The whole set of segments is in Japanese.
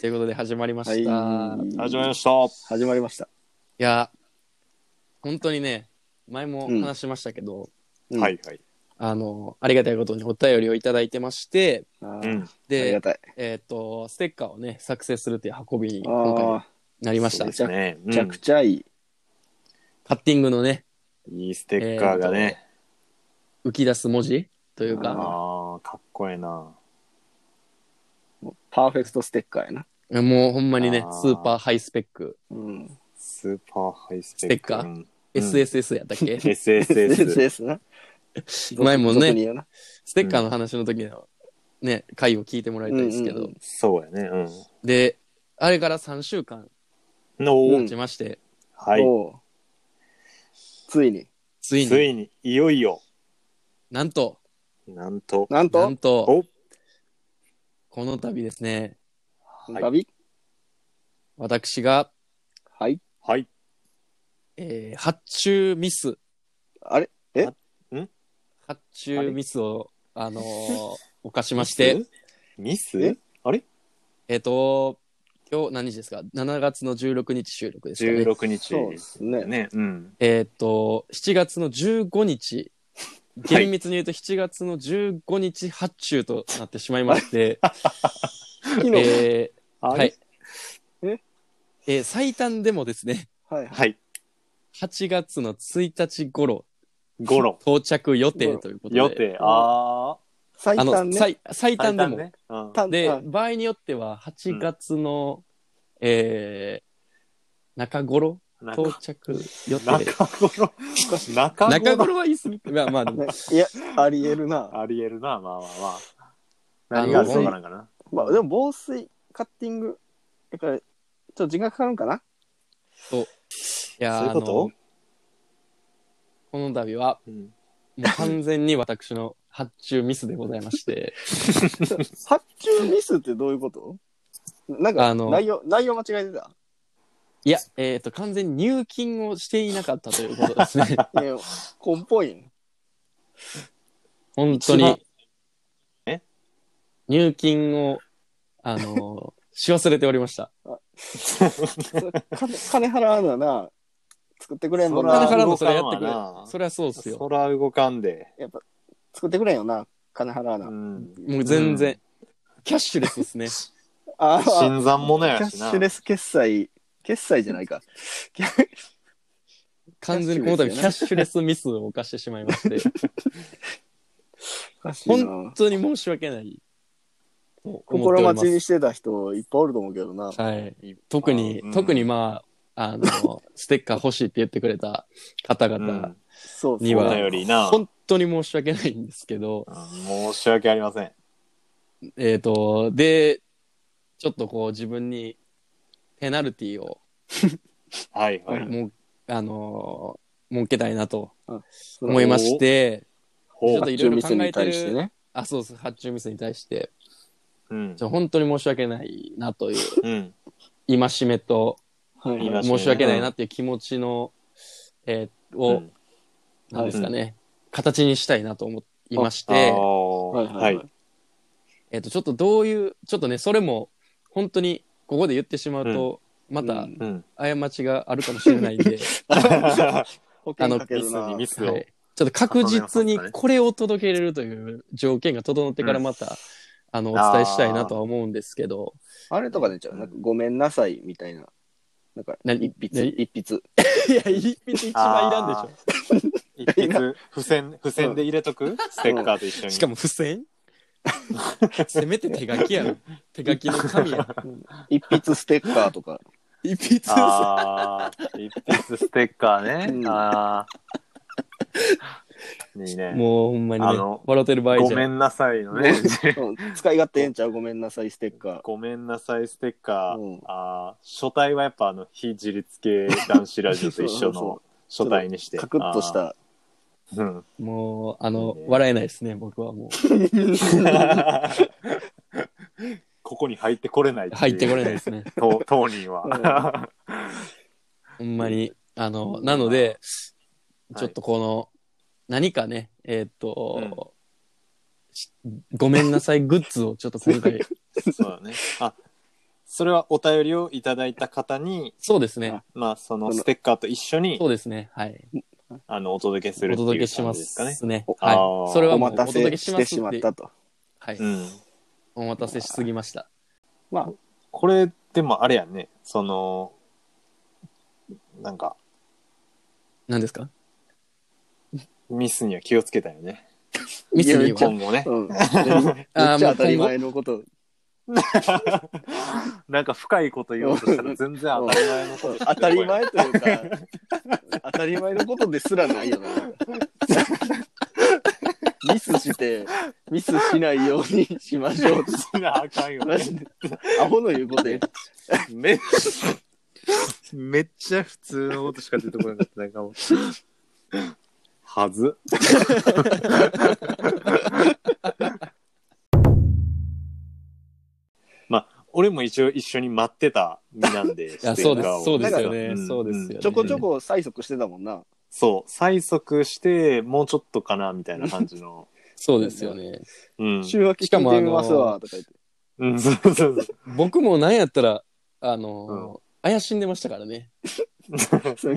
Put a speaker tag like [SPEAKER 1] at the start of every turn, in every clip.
[SPEAKER 1] ということで始まりました。、
[SPEAKER 2] はいい。
[SPEAKER 3] 始まりました。
[SPEAKER 2] 始まりました。
[SPEAKER 1] や、本当にね、前も話しましたけど、
[SPEAKER 2] うん
[SPEAKER 3] はいはい。
[SPEAKER 1] あの、ありがたいことにお便りをいただいてまして、
[SPEAKER 2] あ
[SPEAKER 3] う
[SPEAKER 2] ー
[SPEAKER 3] ん。
[SPEAKER 2] ありが
[SPEAKER 1] で、
[SPEAKER 2] たい。
[SPEAKER 1] えっ、と、ステッカーをね、作成するという運びに
[SPEAKER 2] あ
[SPEAKER 1] 今回
[SPEAKER 2] あ、
[SPEAKER 1] なりました。
[SPEAKER 2] そうです
[SPEAKER 1] カ
[SPEAKER 2] ね
[SPEAKER 3] ね、う
[SPEAKER 2] め
[SPEAKER 3] ん
[SPEAKER 2] ちゃくちゃいい。
[SPEAKER 1] ッティングのね、
[SPEAKER 3] いいステッカーがね。
[SPEAKER 1] 浮き出す文字という
[SPEAKER 2] えーと
[SPEAKER 1] か、
[SPEAKER 3] ああ、かっこええな。
[SPEAKER 2] もうパーフェクトステッカーやな。
[SPEAKER 1] もうほんまにね
[SPEAKER 3] あ、ー
[SPEAKER 1] スーパーハイスペック、
[SPEAKER 2] うん。
[SPEAKER 3] スーパーハイステッカー。
[SPEAKER 1] ステ
[SPEAKER 3] うん
[SPEAKER 1] SSS やったっ け、ス
[SPEAKER 3] SSS。
[SPEAKER 2] ですな。
[SPEAKER 1] 前もね
[SPEAKER 2] 俗に言うな。
[SPEAKER 1] テッカーの話の時のね、回を聞いてもらいたいですけど、
[SPEAKER 2] うんうん
[SPEAKER 3] そうやね。うん。
[SPEAKER 1] で、あれから3週間
[SPEAKER 3] の、
[SPEAKER 2] うん
[SPEAKER 1] 経ちまして、
[SPEAKER 3] はい。
[SPEAKER 2] おうついに。
[SPEAKER 1] つい
[SPEAKER 3] つ
[SPEAKER 1] に
[SPEAKER 3] いに、いよいよ、
[SPEAKER 1] なんと
[SPEAKER 3] なんと、
[SPEAKER 2] なん
[SPEAKER 1] な
[SPEAKER 2] と
[SPEAKER 1] ん、と
[SPEAKER 3] お
[SPEAKER 1] この度ですね
[SPEAKER 3] はい
[SPEAKER 2] 旅
[SPEAKER 1] 私が、
[SPEAKER 2] はい。
[SPEAKER 3] はい。
[SPEAKER 1] えー発注ミス
[SPEAKER 2] あれ
[SPEAKER 1] 発注ミスをあのー犯しまして、
[SPEAKER 3] ミス
[SPEAKER 2] え
[SPEAKER 3] あれ
[SPEAKER 1] えっ、と今日何日ですか7月の16日収録ですかね
[SPEAKER 3] ?16 日。
[SPEAKER 2] そうですね
[SPEAKER 3] ね。うん。
[SPEAKER 1] えっ、と7月の15日
[SPEAKER 3] はい
[SPEAKER 1] 厳密に言うと7月の15日発注となってしまいまして、
[SPEAKER 2] 昨日。
[SPEAKER 1] えー
[SPEAKER 3] あ
[SPEAKER 1] は
[SPEAKER 3] れ
[SPEAKER 1] い
[SPEAKER 2] え
[SPEAKER 1] えー最短でもですね
[SPEAKER 2] はいはい。
[SPEAKER 3] はい。
[SPEAKER 1] 8月の1日頃
[SPEAKER 3] ゴロ。
[SPEAKER 1] 到着予定ということで
[SPEAKER 3] 予定。あ
[SPEAKER 2] 最
[SPEAKER 1] あの
[SPEAKER 2] 短ね。
[SPEAKER 1] 最最
[SPEAKER 3] あ。
[SPEAKER 1] 短でも
[SPEAKER 3] うん。
[SPEAKER 2] 短
[SPEAKER 1] で
[SPEAKER 2] 短
[SPEAKER 1] 場合によっては8月の、えー中頃
[SPEAKER 3] なん
[SPEAKER 1] 到
[SPEAKER 3] か
[SPEAKER 1] 着予定
[SPEAKER 3] 中頃。中頃。
[SPEAKER 1] 中頃は言い過ぎまあ まあでも
[SPEAKER 2] ねいや、ありえるな。
[SPEAKER 3] ありえるな、まあまあまあ。
[SPEAKER 1] あの
[SPEAKER 3] 何があるかわからんかな。
[SPEAKER 2] まあ、でも防水カッティング。だから、ちょっと時間かかるんかな。
[SPEAKER 1] いや
[SPEAKER 3] そういう
[SPEAKER 1] あ
[SPEAKER 3] こ
[SPEAKER 1] の
[SPEAKER 3] と
[SPEAKER 1] この度は
[SPEAKER 3] うん
[SPEAKER 1] もう完全に私の発注ミスでございまして
[SPEAKER 2] 発注ミスってどういうことなん
[SPEAKER 1] あ
[SPEAKER 2] か
[SPEAKER 1] の
[SPEAKER 2] 内容内容間違えてた
[SPEAKER 1] いやえっ、と完全に入金をしていなかったということですね
[SPEAKER 2] いやコンポイン
[SPEAKER 1] 本当
[SPEAKER 3] 一番
[SPEAKER 1] に
[SPEAKER 3] え
[SPEAKER 1] 入金をあのし忘れておりました
[SPEAKER 2] 金金払わなな作ってくれんもん
[SPEAKER 3] そら
[SPEAKER 1] 金払
[SPEAKER 2] な
[SPEAKER 1] うのそれやってくれ
[SPEAKER 3] 動かんわな
[SPEAKER 1] それはそうっすよ
[SPEAKER 3] そら動かんで。
[SPEAKER 2] やっぱ作ってくれんよな金払わ
[SPEAKER 3] う
[SPEAKER 2] な、
[SPEAKER 3] ん。
[SPEAKER 1] もう全然、キャッシュレスですね。
[SPEAKER 2] ああ
[SPEAKER 3] 新参者
[SPEAKER 2] キャ
[SPEAKER 3] や
[SPEAKER 2] ッ
[SPEAKER 3] し
[SPEAKER 2] シ
[SPEAKER 3] な。
[SPEAKER 2] ュレス決済決済じゃないかキャ
[SPEAKER 1] 完全にこの度キャッシュレスミスを犯してしまいまして、
[SPEAKER 2] おかしいな
[SPEAKER 1] 本当に申し訳ない。
[SPEAKER 2] 心待ちに
[SPEAKER 1] し
[SPEAKER 2] してた人いっぱいおると思うけどな、
[SPEAKER 1] はい。特に、
[SPEAKER 3] うん
[SPEAKER 1] 特にまあ、あの、ステッカー欲しいって言ってくれた方
[SPEAKER 3] う
[SPEAKER 1] 々
[SPEAKER 3] ん、
[SPEAKER 2] そうそう
[SPEAKER 1] には
[SPEAKER 3] お便りな。
[SPEAKER 1] 本当に申し訳ないんですけど、
[SPEAKER 3] うん申し訳ありません。
[SPEAKER 1] えっ、と、で、ちょっとこう自分にペナルティを、
[SPEAKER 3] はいはい。
[SPEAKER 1] もう、あの、設けたいなと
[SPEAKER 2] その
[SPEAKER 1] 思いまして、
[SPEAKER 3] ほ
[SPEAKER 1] ちょっと
[SPEAKER 3] う。
[SPEAKER 1] いろいろ考
[SPEAKER 2] 発注ミス
[SPEAKER 1] えて
[SPEAKER 2] に対して
[SPEAKER 1] る、
[SPEAKER 2] ね
[SPEAKER 1] あ、そうです、発注ミスに対して、
[SPEAKER 3] うん
[SPEAKER 1] ち。ょ本当に申し訳ないなという
[SPEAKER 3] うん。
[SPEAKER 1] 戒めと
[SPEAKER 2] はい
[SPEAKER 3] 今戒め
[SPEAKER 1] 申し訳ないなっていう気持ちの、えー
[SPEAKER 3] う
[SPEAKER 1] を、
[SPEAKER 3] ん
[SPEAKER 1] なんですかね、形にしたいなと思いまし
[SPEAKER 3] あ
[SPEAKER 1] て、
[SPEAKER 3] ー
[SPEAKER 2] はいは
[SPEAKER 3] はいい
[SPEAKER 2] はい。
[SPEAKER 1] えっ、と、ちょっとどういう、ちょっとね、それも本当にここで言ってしまうと、ま
[SPEAKER 2] う
[SPEAKER 1] た
[SPEAKER 2] ん
[SPEAKER 3] うん。
[SPEAKER 1] 過ちがあるかもしれないんで、
[SPEAKER 2] 保
[SPEAKER 1] あの
[SPEAKER 2] 険かけ
[SPEAKER 3] ミ
[SPEAKER 2] る
[SPEAKER 3] ス
[SPEAKER 2] な
[SPEAKER 3] にミス
[SPEAKER 1] は
[SPEAKER 3] を
[SPEAKER 1] い。ちょっと確実にこれを届けれるという条件が整ってからまた、あの、お伝えしたいなとは思うんですけど、
[SPEAKER 2] あれとかでちゃうなんかごめんなさいみたいななんか
[SPEAKER 1] 何
[SPEAKER 2] 一筆
[SPEAKER 1] 何
[SPEAKER 2] 一筆
[SPEAKER 1] いや、一筆一枚いらんでしょ。
[SPEAKER 3] 一筆、付箋、付箋で入れとくステッカーと一緒に。
[SPEAKER 1] しかも付箋 せめて手書きやろ。手書きの紙や。
[SPEAKER 2] 一筆ステッカー とか
[SPEAKER 1] 一筆さ
[SPEAKER 3] ああ、一筆ステッカ
[SPEAKER 2] う
[SPEAKER 3] ー
[SPEAKER 2] ん
[SPEAKER 3] ね。ああ。いいね。
[SPEAKER 1] もうほんまにね
[SPEAKER 3] あの、
[SPEAKER 1] 笑ってる場合
[SPEAKER 3] ご
[SPEAKER 1] じゃ
[SPEAKER 3] め
[SPEAKER 1] ん。
[SPEAKER 3] んなさいの ね。
[SPEAKER 2] うん使い勝手ええんちゃうごめんなさいステッカ
[SPEAKER 3] ごめんなさいステッカー。
[SPEAKER 2] うん
[SPEAKER 3] ああ、書体はやっぱあの、非自立系男子ラジオと一緒
[SPEAKER 2] そうそう
[SPEAKER 3] の書体にして。
[SPEAKER 2] ーカクッとし
[SPEAKER 3] あ
[SPEAKER 2] た
[SPEAKER 3] ー。うん。
[SPEAKER 1] もう、あの
[SPEAKER 3] いいね、
[SPEAKER 1] 笑えないですね、僕はもう。
[SPEAKER 3] ここに入ってこれない
[SPEAKER 1] 入ってこれない
[SPEAKER 3] い
[SPEAKER 1] で。すね。
[SPEAKER 3] 当当人は。
[SPEAKER 1] ほんまに。あの、なので、
[SPEAKER 3] はい
[SPEAKER 1] ちょっとこの、何かね、えーっ
[SPEAKER 3] うん
[SPEAKER 1] と、 しごめんなさいグッズをちょっと今回、
[SPEAKER 3] そうだね。あ、それはお便りをいただいた方に、
[SPEAKER 1] そうですね。
[SPEAKER 3] まあ、そのステッカーと一緒に
[SPEAKER 1] そ、うですね。はい。
[SPEAKER 3] あの、お届けす
[SPEAKER 1] お
[SPEAKER 3] るって
[SPEAKER 1] 届
[SPEAKER 3] い
[SPEAKER 1] け
[SPEAKER 3] う
[SPEAKER 1] し
[SPEAKER 3] 感
[SPEAKER 1] ま
[SPEAKER 3] じですかね。
[SPEAKER 1] すね。
[SPEAKER 2] お
[SPEAKER 3] あ
[SPEAKER 1] は
[SPEAKER 3] ー
[SPEAKER 1] い。それは
[SPEAKER 2] お
[SPEAKER 1] もうお
[SPEAKER 2] 待た
[SPEAKER 1] 届
[SPEAKER 2] せ
[SPEAKER 1] けし
[SPEAKER 2] し
[SPEAKER 1] ます
[SPEAKER 2] て
[SPEAKER 1] って
[SPEAKER 2] しまったと。
[SPEAKER 1] はい。
[SPEAKER 3] うん。
[SPEAKER 1] お待たせしすぎました。
[SPEAKER 2] まあ、
[SPEAKER 3] これ、でもあれやね、その、なんか、
[SPEAKER 1] 何ですか
[SPEAKER 3] ミスには気をつけたよね。
[SPEAKER 1] ミスには。
[SPEAKER 3] 今後ね。
[SPEAKER 2] うん。めっち
[SPEAKER 1] あ
[SPEAKER 2] ゃ
[SPEAKER 1] ーもう
[SPEAKER 2] 当たり前のこと。
[SPEAKER 3] なんか深いこと言おうとしたら全然当たり前のこと。
[SPEAKER 2] 当たり前というか、当たり前のことですらないよな。ミスして、ミスしないようにしましょうって
[SPEAKER 3] そんなあかんよね
[SPEAKER 2] マジで。アホの言うことや。
[SPEAKER 3] めっちゃ、めっちゃ普通のことしか出てこなかった。なんかもう。はず。 まあ、俺も一応一緒に待ってた身なんで、
[SPEAKER 1] いや、そうです。そうですよ
[SPEAKER 3] な
[SPEAKER 1] ね
[SPEAKER 3] んか。
[SPEAKER 1] そうですよね。
[SPEAKER 2] ちょこちょこ催促してたもんな。
[SPEAKER 3] そう、催促して、もうちょっとかな、みたいな感じの。
[SPEAKER 1] そうですよね。
[SPEAKER 3] うん。
[SPEAKER 2] 週明け聞いてみますわ、とか言って。
[SPEAKER 3] うん、そうそうそう。
[SPEAKER 1] 僕もなんやったら、あのー、怪しんでましたからね。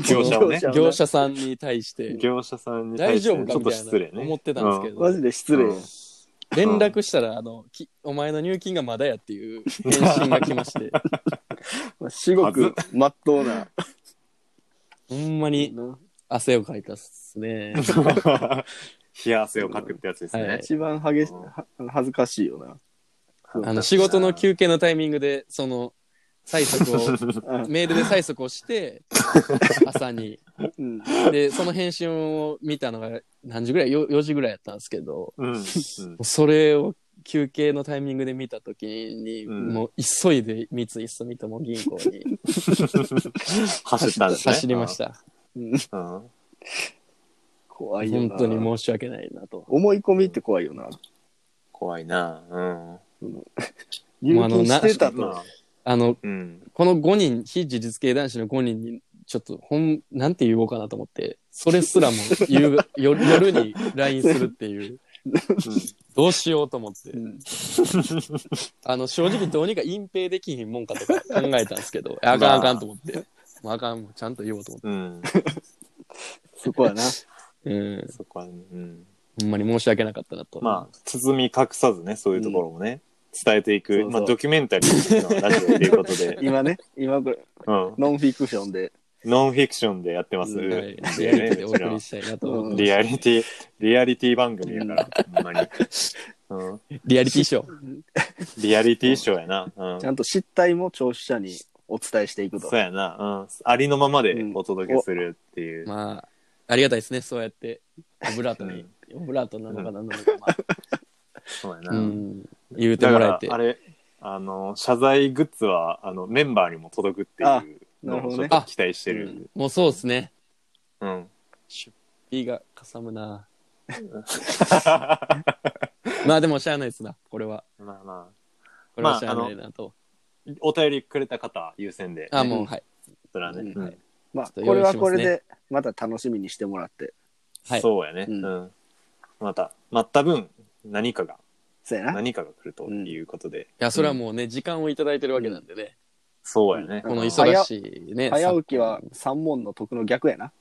[SPEAKER 3] 業者をね
[SPEAKER 2] な
[SPEAKER 1] 業者さんに対 して。
[SPEAKER 3] 業者さんに対
[SPEAKER 1] 大
[SPEAKER 3] して
[SPEAKER 1] 丈
[SPEAKER 3] ね、
[SPEAKER 1] 夫
[SPEAKER 3] ち
[SPEAKER 1] か
[SPEAKER 3] ょっと
[SPEAKER 1] みたい
[SPEAKER 3] 失礼
[SPEAKER 1] な
[SPEAKER 3] ね。
[SPEAKER 1] 思ってたんですけ
[SPEAKER 2] マ
[SPEAKER 1] ど、
[SPEAKER 2] ジで失礼や。
[SPEAKER 3] うん
[SPEAKER 1] 連絡したら、あの、きお前の入金がまだやっていう返信が来ま して、
[SPEAKER 2] まあ至極、まっとうな。
[SPEAKER 1] ほんまに汗をかいたっす ね。
[SPEAKER 3] うん 冷や汗をかくってやつですね。
[SPEAKER 1] はい
[SPEAKER 2] 一番激し
[SPEAKER 3] うん
[SPEAKER 2] は恥ずかしいよな。
[SPEAKER 1] あの、仕事の休憩のタイミングで、その、催 促
[SPEAKER 2] う
[SPEAKER 1] を、
[SPEAKER 2] ん
[SPEAKER 1] メールで催促を して、朝に。
[SPEAKER 2] うん
[SPEAKER 1] で、その返信を見たのが何時ぐらい ?4 時ぐらいやったんですけど、
[SPEAKER 3] うん。うん
[SPEAKER 1] それを休憩のタイミングで見たときに、
[SPEAKER 3] うん
[SPEAKER 1] もう急いで三井住友銀行に
[SPEAKER 3] 走ったんですね。
[SPEAKER 1] 走りました。
[SPEAKER 2] うん
[SPEAKER 3] た。うん。
[SPEAKER 2] 怖いよ
[SPEAKER 1] 本
[SPEAKER 2] な。
[SPEAKER 1] 当に申し訳ないなと。
[SPEAKER 2] 思い込みって怖いよな。
[SPEAKER 3] 怖いな。うん。
[SPEAKER 2] 入
[SPEAKER 1] もうあの
[SPEAKER 2] 金してたと。
[SPEAKER 3] まあ、
[SPEAKER 1] あの、
[SPEAKER 3] うん。
[SPEAKER 1] この5人、非自立系男子の5人に、ちょっと、ほん、なんて言おうかなと思って、それすらも言う、 よ夜に LINE するっていう、どうしようと思って
[SPEAKER 2] う、ん
[SPEAKER 1] あの、正直どうにか隠蔽できひんもんかとか考えたんです けど、あかんあかんと思って、もうあかん、もうちゃんと言おうと思って、
[SPEAKER 3] うん。
[SPEAKER 2] そこはな。
[SPEAKER 1] うん、
[SPEAKER 3] そこは、うん。
[SPEAKER 1] ほんまに申し訳なかったなと。
[SPEAKER 3] まあ、包み隠さずね、そういうところもね、伝えていく、
[SPEAKER 2] そうそう、
[SPEAKER 3] まあ、ドキュメンタリーのラジオということで
[SPEAKER 2] 今ね、今これ、
[SPEAKER 3] うん。
[SPEAKER 2] ノンフィクションで。
[SPEAKER 3] ノンフィクションでやってます。
[SPEAKER 1] あはい、リアリティでお送りしたいなと思ってます
[SPEAKER 3] リアリティ、リアリティ番組やから、ほんまに。うん。
[SPEAKER 1] リアリティショー。
[SPEAKER 3] リアリティショーやな。うん
[SPEAKER 2] ち。ゃんと失態も聴取者にお伝えしていくと
[SPEAKER 3] そう。やな。うん。ありのままでお届けするっていう。
[SPEAKER 1] まあ、ありがたいですね、そうやって、オブラートに、オブラートなのかなのか、まあ
[SPEAKER 3] そうやな。
[SPEAKER 1] うん、言うて
[SPEAKER 3] だ
[SPEAKER 1] も
[SPEAKER 3] から
[SPEAKER 1] え
[SPEAKER 3] ら
[SPEAKER 1] て。
[SPEAKER 3] あれあの謝罪グッズはあのメンバーにも届くっていう
[SPEAKER 2] あなる
[SPEAKER 3] の
[SPEAKER 2] ほ
[SPEAKER 3] を
[SPEAKER 2] ど
[SPEAKER 3] ちょ
[SPEAKER 2] ね
[SPEAKER 3] っと期待してる
[SPEAKER 1] うんもうそうですね。
[SPEAKER 3] うん、
[SPEAKER 1] 出費がかさむな。まあでもしゃあないですな、これは。
[SPEAKER 3] まあま
[SPEAKER 1] これはしゃあないなと。
[SPEAKER 3] あお便りくれた方優先で、
[SPEAKER 1] あ、もう、はい。
[SPEAKER 3] それはね、
[SPEAKER 2] うん
[SPEAKER 3] うん
[SPEAKER 2] まあ、
[SPEAKER 1] ちょっと
[SPEAKER 2] こ
[SPEAKER 1] 用意
[SPEAKER 2] れ
[SPEAKER 1] しま
[SPEAKER 2] は
[SPEAKER 1] すね
[SPEAKER 2] これで、また楽しみにしてもらって。
[SPEAKER 1] はい。
[SPEAKER 3] そうやね、う
[SPEAKER 2] うんん
[SPEAKER 3] また待った分何かが
[SPEAKER 2] そうやな。
[SPEAKER 3] 何かが来るということで、
[SPEAKER 1] いや、それはもうね、時間をいただいてるわけなんでね。
[SPEAKER 3] そうやね、
[SPEAKER 2] うん
[SPEAKER 1] この
[SPEAKER 3] うん
[SPEAKER 1] 忙しいね。
[SPEAKER 2] 早起きは三問の得の逆やな。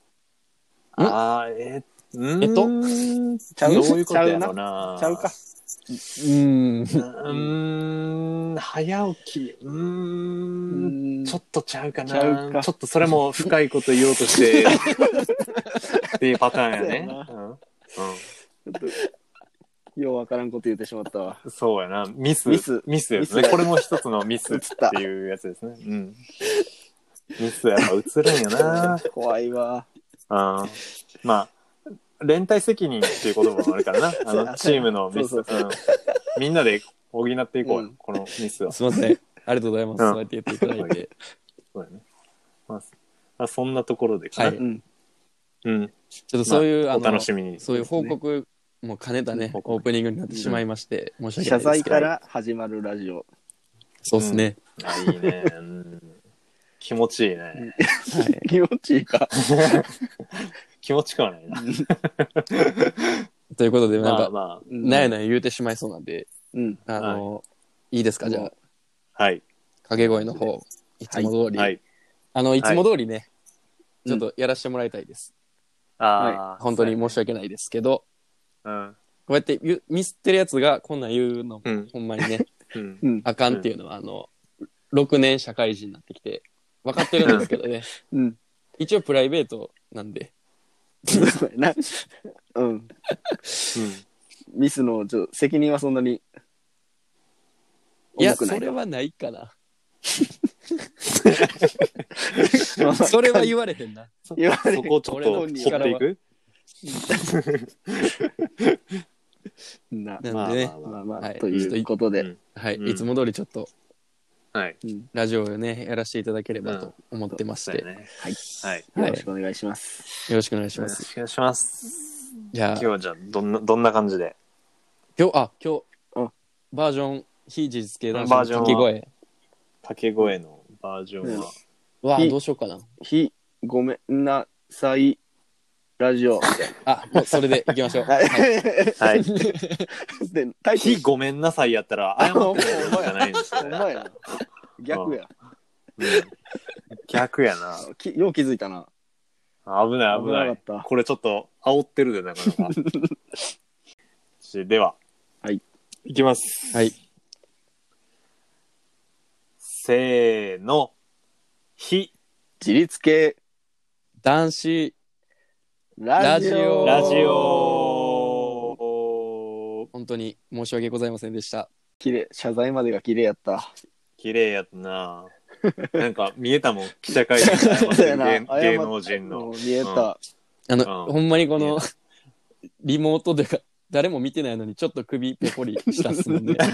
[SPEAKER 3] あーえー
[SPEAKER 1] えっと
[SPEAKER 3] うーん
[SPEAKER 2] ちゃう
[SPEAKER 3] どういうことやろう
[SPEAKER 2] ち
[SPEAKER 3] な
[SPEAKER 2] ちゃうか。
[SPEAKER 1] 昨今。う。
[SPEAKER 3] うんーん早起き
[SPEAKER 2] う
[SPEAKER 3] うーん
[SPEAKER 2] ーん
[SPEAKER 3] ちょっとちゃうかな
[SPEAKER 2] ちゃうか
[SPEAKER 3] ちょっとそれも深いこと言おう としてっていうパターンやね
[SPEAKER 2] そうやな
[SPEAKER 3] うん
[SPEAKER 2] ちょっとようわからんこと言ってしまったわ。
[SPEAKER 3] うん、そうやなミス
[SPEAKER 2] ミス
[SPEAKER 3] ミスで
[SPEAKER 2] ミ
[SPEAKER 3] す
[SPEAKER 2] ス
[SPEAKER 3] ね
[SPEAKER 2] だ
[SPEAKER 3] これも一つのミスっていうやつですね、うん、ミスやっぱ映るんよな
[SPEAKER 2] 怖いわ。
[SPEAKER 3] うんまあ連帯責任っていう言葉もあ るからなあ
[SPEAKER 2] そうや
[SPEAKER 3] の
[SPEAKER 2] な
[SPEAKER 3] チームのミス
[SPEAKER 2] そう
[SPEAKER 3] うんみんなで補っていこ
[SPEAKER 2] う
[SPEAKER 3] うよ、
[SPEAKER 2] ん。
[SPEAKER 3] このミスは
[SPEAKER 1] すいません。ありがとうございます。
[SPEAKER 3] うん
[SPEAKER 1] そうやって言っていただいて。
[SPEAKER 3] そうやね、まあまあ、そんなところでかな
[SPEAKER 1] はいう
[SPEAKER 2] ん。
[SPEAKER 3] うん。
[SPEAKER 1] ちょっとそういう、
[SPEAKER 3] まあ
[SPEAKER 1] あ
[SPEAKER 3] お楽
[SPEAKER 1] の、
[SPEAKER 3] しみに。
[SPEAKER 1] そういう報告も兼ねたね、
[SPEAKER 3] 報告
[SPEAKER 1] オープニングになってしまいまして、申し訳な
[SPEAKER 2] 謝
[SPEAKER 1] いです
[SPEAKER 2] 罪
[SPEAKER 1] けど。
[SPEAKER 2] から始まるラジオ。
[SPEAKER 1] そうですね。
[SPEAKER 3] あ、いいね。うん気持ちいいね。
[SPEAKER 1] はい。
[SPEAKER 2] 気持ちいいか。
[SPEAKER 3] 気持ちくはないな。
[SPEAKER 1] ということで、 なん
[SPEAKER 3] まあ
[SPEAKER 1] か、
[SPEAKER 3] ま
[SPEAKER 2] うん
[SPEAKER 1] なやなや言うてしまいそうなんで、
[SPEAKER 2] うん。
[SPEAKER 1] あの、いいですか、じゃあ。
[SPEAKER 2] もう
[SPEAKER 3] あ、はい。
[SPEAKER 1] 掛け声の方、いつも通り、
[SPEAKER 3] はい。
[SPEAKER 1] あの、いつも通りね、ちょっとやらせてもらいたいです。
[SPEAKER 3] ああ、
[SPEAKER 1] 本当に申し訳ないですけど、
[SPEAKER 3] うん。
[SPEAKER 1] こうやって言うミスってるやつがこんなん言うのも、
[SPEAKER 3] うん
[SPEAKER 1] ほんまにね、
[SPEAKER 3] うん。
[SPEAKER 2] うん。
[SPEAKER 1] あかんっていう のは、あの、6年社会人になってきて、分かってるんですけどね、
[SPEAKER 2] うん。
[SPEAKER 1] 一応プライベートなん で、
[SPEAKER 2] そうやな。 うん。ミスのちょ責任はそんなに
[SPEAKER 1] いや、
[SPEAKER 2] 重くな
[SPEAKER 1] そ
[SPEAKER 2] い
[SPEAKER 1] れ
[SPEAKER 2] と。
[SPEAKER 1] はないかな。
[SPEAKER 2] まあ
[SPEAKER 1] それは 言われてんな。
[SPEAKER 2] 言われ
[SPEAKER 3] そこをちょっと掘っていく
[SPEAKER 2] な。
[SPEAKER 1] なんでね、
[SPEAKER 3] まあ
[SPEAKER 2] まあまあ、
[SPEAKER 1] はい
[SPEAKER 2] ということで。
[SPEAKER 1] はい、
[SPEAKER 3] うん
[SPEAKER 1] いつも通りちょっと
[SPEAKER 3] はい。
[SPEAKER 2] うん
[SPEAKER 1] ラジオをね、やらせていただければと思ってまし
[SPEAKER 3] そう
[SPEAKER 1] て、
[SPEAKER 3] やね。
[SPEAKER 2] はい。
[SPEAKER 3] はい。
[SPEAKER 1] はい
[SPEAKER 2] よろしくお願いします。
[SPEAKER 1] よろしくお願いし
[SPEAKER 3] よろ
[SPEAKER 1] ます。
[SPEAKER 3] しくお願いします。
[SPEAKER 1] じゃあ
[SPEAKER 3] 今日、はじゃあ、どんな、どんな感じで
[SPEAKER 1] 今日、あ、今
[SPEAKER 2] うん
[SPEAKER 1] 日、バージョン、非事実系男子
[SPEAKER 3] バ
[SPEAKER 1] の
[SPEAKER 3] ージョン
[SPEAKER 1] 掛
[SPEAKER 3] は
[SPEAKER 1] け声。
[SPEAKER 3] 掛け声のバージョンは。
[SPEAKER 1] わあ、
[SPEAKER 2] 非
[SPEAKER 1] どうしようかな。
[SPEAKER 2] ひ、ごめんなさい、ラジオ。みたい
[SPEAKER 1] あ、もうそれでいきましょう。
[SPEAKER 2] な
[SPEAKER 1] はい
[SPEAKER 3] はい。
[SPEAKER 2] で、タイトル
[SPEAKER 3] 非。ごめんなさいやったら、謝ってるじゃないんですよ
[SPEAKER 2] ほんまやな。逆や。
[SPEAKER 3] うん逆やな。
[SPEAKER 2] きよう気づいたな。
[SPEAKER 3] 危ない危ない。
[SPEAKER 2] 危なかった
[SPEAKER 3] これちょっと煽ってるで、なか なか。では。
[SPEAKER 2] はい。
[SPEAKER 3] いきます。
[SPEAKER 1] はい。
[SPEAKER 3] せーの。ひ、
[SPEAKER 2] 自立系
[SPEAKER 1] 男子、
[SPEAKER 2] ラジオ。
[SPEAKER 1] ラ
[SPEAKER 3] ラ
[SPEAKER 1] ジ
[SPEAKER 3] ジ
[SPEAKER 1] オ
[SPEAKER 3] オ。
[SPEAKER 1] 本当に申し訳ございませんでした。
[SPEAKER 2] 綺麗謝罪までが綺麗やった。
[SPEAKER 3] 綺麗やったな。なんか見えたもん、記者会見で 謝ってる芸
[SPEAKER 2] 謝っ
[SPEAKER 3] 芸能人の。
[SPEAKER 2] 見えた。
[SPEAKER 1] あの、
[SPEAKER 3] うん
[SPEAKER 1] ほんまにこ
[SPEAKER 3] い
[SPEAKER 1] の
[SPEAKER 3] や、
[SPEAKER 1] リモートというか、 誰も見てないのに、ちょっと首ペコリしたっすもんね。
[SPEAKER 2] ペ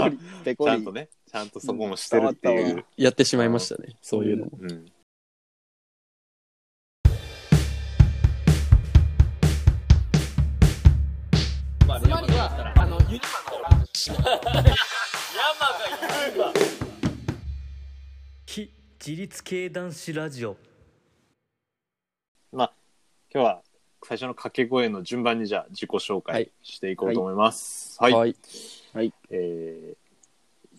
[SPEAKER 2] コリ、ペ
[SPEAKER 3] ち
[SPEAKER 2] コ
[SPEAKER 3] ゃんと
[SPEAKER 2] リ。
[SPEAKER 3] ね、ちゃんとそこもしてるっていう。
[SPEAKER 1] やってしまいましたね、そういうのも。
[SPEAKER 3] うん
[SPEAKER 4] 非自立系男子ラジオ
[SPEAKER 3] まあ、今日は最初の掛け声の順番にじゃあ自己紹
[SPEAKER 1] はい
[SPEAKER 3] 介していこうと思います。はい。
[SPEAKER 1] はい。
[SPEAKER 3] えー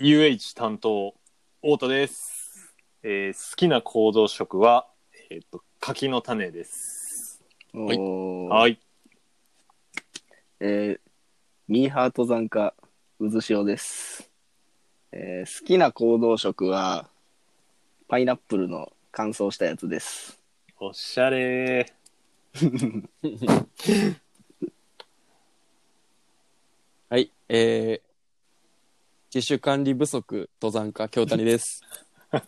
[SPEAKER 3] UH 担当、太田です。えー好きな行動食は、えっ、と、柿の種です。
[SPEAKER 1] い
[SPEAKER 2] おー
[SPEAKER 3] はい。
[SPEAKER 2] えー、ミーハート山家、うずしおです。えー、好きな行動食は、パイナップルの乾燥したやつです。
[SPEAKER 3] おしゃれー。
[SPEAKER 1] はい。えー、自主管理不足登山家、京谷です。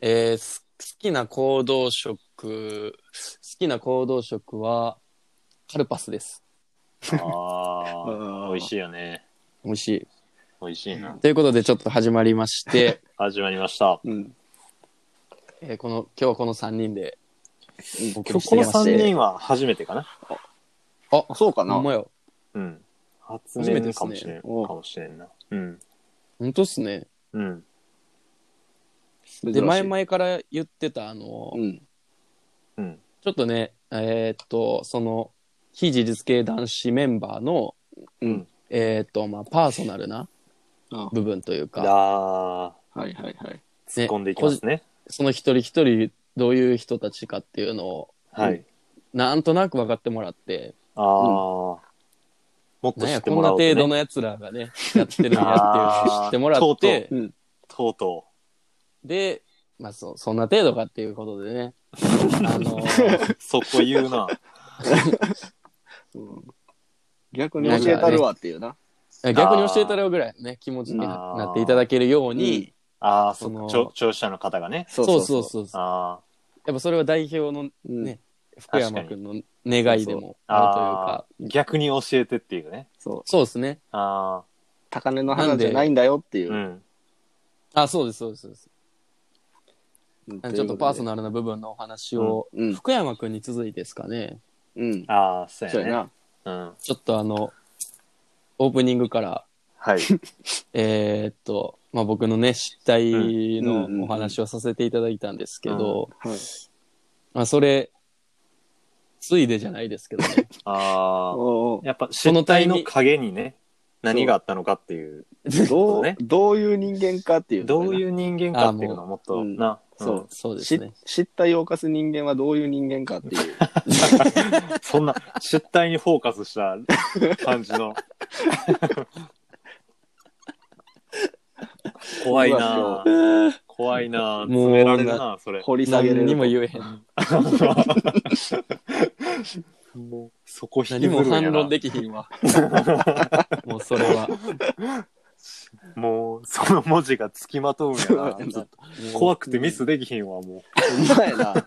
[SPEAKER 1] えーす好きな行動食、好きな行動食は、カルパスです。
[SPEAKER 3] あ
[SPEAKER 2] あー
[SPEAKER 3] あ、美味しいよね。
[SPEAKER 1] 美味しい。
[SPEAKER 3] 美味しいな。
[SPEAKER 1] ということで、ちょっと始まりま して、
[SPEAKER 3] 始まりました。
[SPEAKER 2] うん。
[SPEAKER 1] えーこの、今日はこの3人で、お送り
[SPEAKER 3] 今日
[SPEAKER 1] してい
[SPEAKER 3] この
[SPEAKER 1] まして
[SPEAKER 3] 3人は初めてかな。
[SPEAKER 1] あ、
[SPEAKER 2] そうかな
[SPEAKER 1] ほんまや。
[SPEAKER 3] うん。初
[SPEAKER 1] 初め
[SPEAKER 3] め
[SPEAKER 1] てで
[SPEAKER 3] て
[SPEAKER 1] す
[SPEAKER 3] か
[SPEAKER 1] ね
[SPEAKER 3] もしれん。か
[SPEAKER 2] おう
[SPEAKER 3] もしれんな。うん。
[SPEAKER 1] ほんとっすね。
[SPEAKER 3] うん。
[SPEAKER 1] で、前
[SPEAKER 2] 々。
[SPEAKER 1] 々から言ってた、あの、
[SPEAKER 2] うん。
[SPEAKER 3] うん。
[SPEAKER 1] ちょっとね、えーっと、その、非自立系男子メンバーの、
[SPEAKER 2] うん。
[SPEAKER 1] えーっと、まあ、パーソナルな
[SPEAKER 2] あ
[SPEAKER 1] 部分というか、
[SPEAKER 3] だー。
[SPEAKER 2] はいはいはい。
[SPEAKER 1] ね
[SPEAKER 3] 突っ込んでいきますね。
[SPEAKER 1] その一人一人どういう人たちかっていうのを
[SPEAKER 3] はい。
[SPEAKER 1] なんとなく分かってもらって、
[SPEAKER 3] ああ、もっと
[SPEAKER 1] なん
[SPEAKER 3] 知
[SPEAKER 1] や
[SPEAKER 3] って
[SPEAKER 1] こん
[SPEAKER 3] も
[SPEAKER 1] な
[SPEAKER 3] らおうと、ね。
[SPEAKER 1] 程度のやつらがねやってるんやっていうのを知ってもらっ
[SPEAKER 3] あーとう
[SPEAKER 1] て
[SPEAKER 2] うん。
[SPEAKER 3] とうと
[SPEAKER 1] で、まあ、そそんな程度かっていうことで ねあの
[SPEAKER 3] う。そこ言うな。
[SPEAKER 2] うん逆に教えたるわっていうな。
[SPEAKER 1] 逆に教えたらよぐらいのね気持ちにななっていただけるように、
[SPEAKER 3] ああ、
[SPEAKER 1] そ
[SPEAKER 3] そ
[SPEAKER 1] の
[SPEAKER 3] の聴聴取者の方がね。
[SPEAKER 2] そ
[SPEAKER 1] そうそうそうそう
[SPEAKER 3] あ
[SPEAKER 1] やっぱそれは代表の
[SPEAKER 2] うん
[SPEAKER 1] ね福山君の願いでも
[SPEAKER 3] あ、
[SPEAKER 1] あ
[SPEAKER 3] あ
[SPEAKER 1] る
[SPEAKER 3] あー、逆に教えてっていうね。
[SPEAKER 2] そう。
[SPEAKER 1] というかそうですね
[SPEAKER 3] あ
[SPEAKER 2] 高値の花じゃないんだよってい
[SPEAKER 3] あ、
[SPEAKER 2] う。
[SPEAKER 3] うん。
[SPEAKER 1] あそうですそうですそうです
[SPEAKER 2] うん
[SPEAKER 1] ちょっとパーソ
[SPEAKER 2] ル。
[SPEAKER 1] ナルな部分のお話を、
[SPEAKER 2] うんうん
[SPEAKER 1] 福山君に続いてですかね
[SPEAKER 2] うん。
[SPEAKER 3] ああ、そう
[SPEAKER 2] そうや
[SPEAKER 3] やね。
[SPEAKER 2] な。
[SPEAKER 3] うん。
[SPEAKER 1] ちょっとあのオープニングから
[SPEAKER 3] はい。
[SPEAKER 1] えーっと、まあ、僕のね失態
[SPEAKER 2] うんうんうん
[SPEAKER 1] の
[SPEAKER 2] うん
[SPEAKER 1] お話をさせていただいたんですけど、
[SPEAKER 2] はい。
[SPEAKER 1] まあ、それついでじゃないですけどね
[SPEAKER 3] ああ、
[SPEAKER 2] おうおう
[SPEAKER 3] やっぱ、
[SPEAKER 1] その
[SPEAKER 3] 失
[SPEAKER 1] タイ
[SPEAKER 3] 態
[SPEAKER 1] ミング
[SPEAKER 3] の影にね、何があったのかっていう、
[SPEAKER 2] ど
[SPEAKER 3] そう
[SPEAKER 2] う
[SPEAKER 3] ね、
[SPEAKER 2] どういう人間かっていう。。
[SPEAKER 3] どういうう人間かっていうのをもっ
[SPEAKER 2] あ
[SPEAKER 3] と
[SPEAKER 2] もう
[SPEAKER 3] な、
[SPEAKER 2] うんそう
[SPEAKER 1] そうです
[SPEAKER 2] し
[SPEAKER 1] ね。
[SPEAKER 2] 失態を犯す人間はどういう人間かっていう。
[SPEAKER 3] そんな出体にフォーカスした感 じの。怖いなぁ怖いなぁ
[SPEAKER 1] もう
[SPEAKER 3] 詰められるなぁそれ。
[SPEAKER 2] 掘り下げれ
[SPEAKER 1] 何
[SPEAKER 2] る。
[SPEAKER 1] にも言えへん。
[SPEAKER 3] もうそこ引き
[SPEAKER 1] 何
[SPEAKER 3] ず
[SPEAKER 1] も
[SPEAKER 3] るんや
[SPEAKER 1] 反
[SPEAKER 3] な
[SPEAKER 1] 論できひんわ。 もうそれは。
[SPEAKER 3] もうその文字がつきまとうんや
[SPEAKER 2] そうや
[SPEAKER 3] な
[SPEAKER 2] な
[SPEAKER 3] ずっと怖くてミスできひんわ、
[SPEAKER 2] ほん
[SPEAKER 3] も
[SPEAKER 2] まやな。
[SPEAKER 3] う。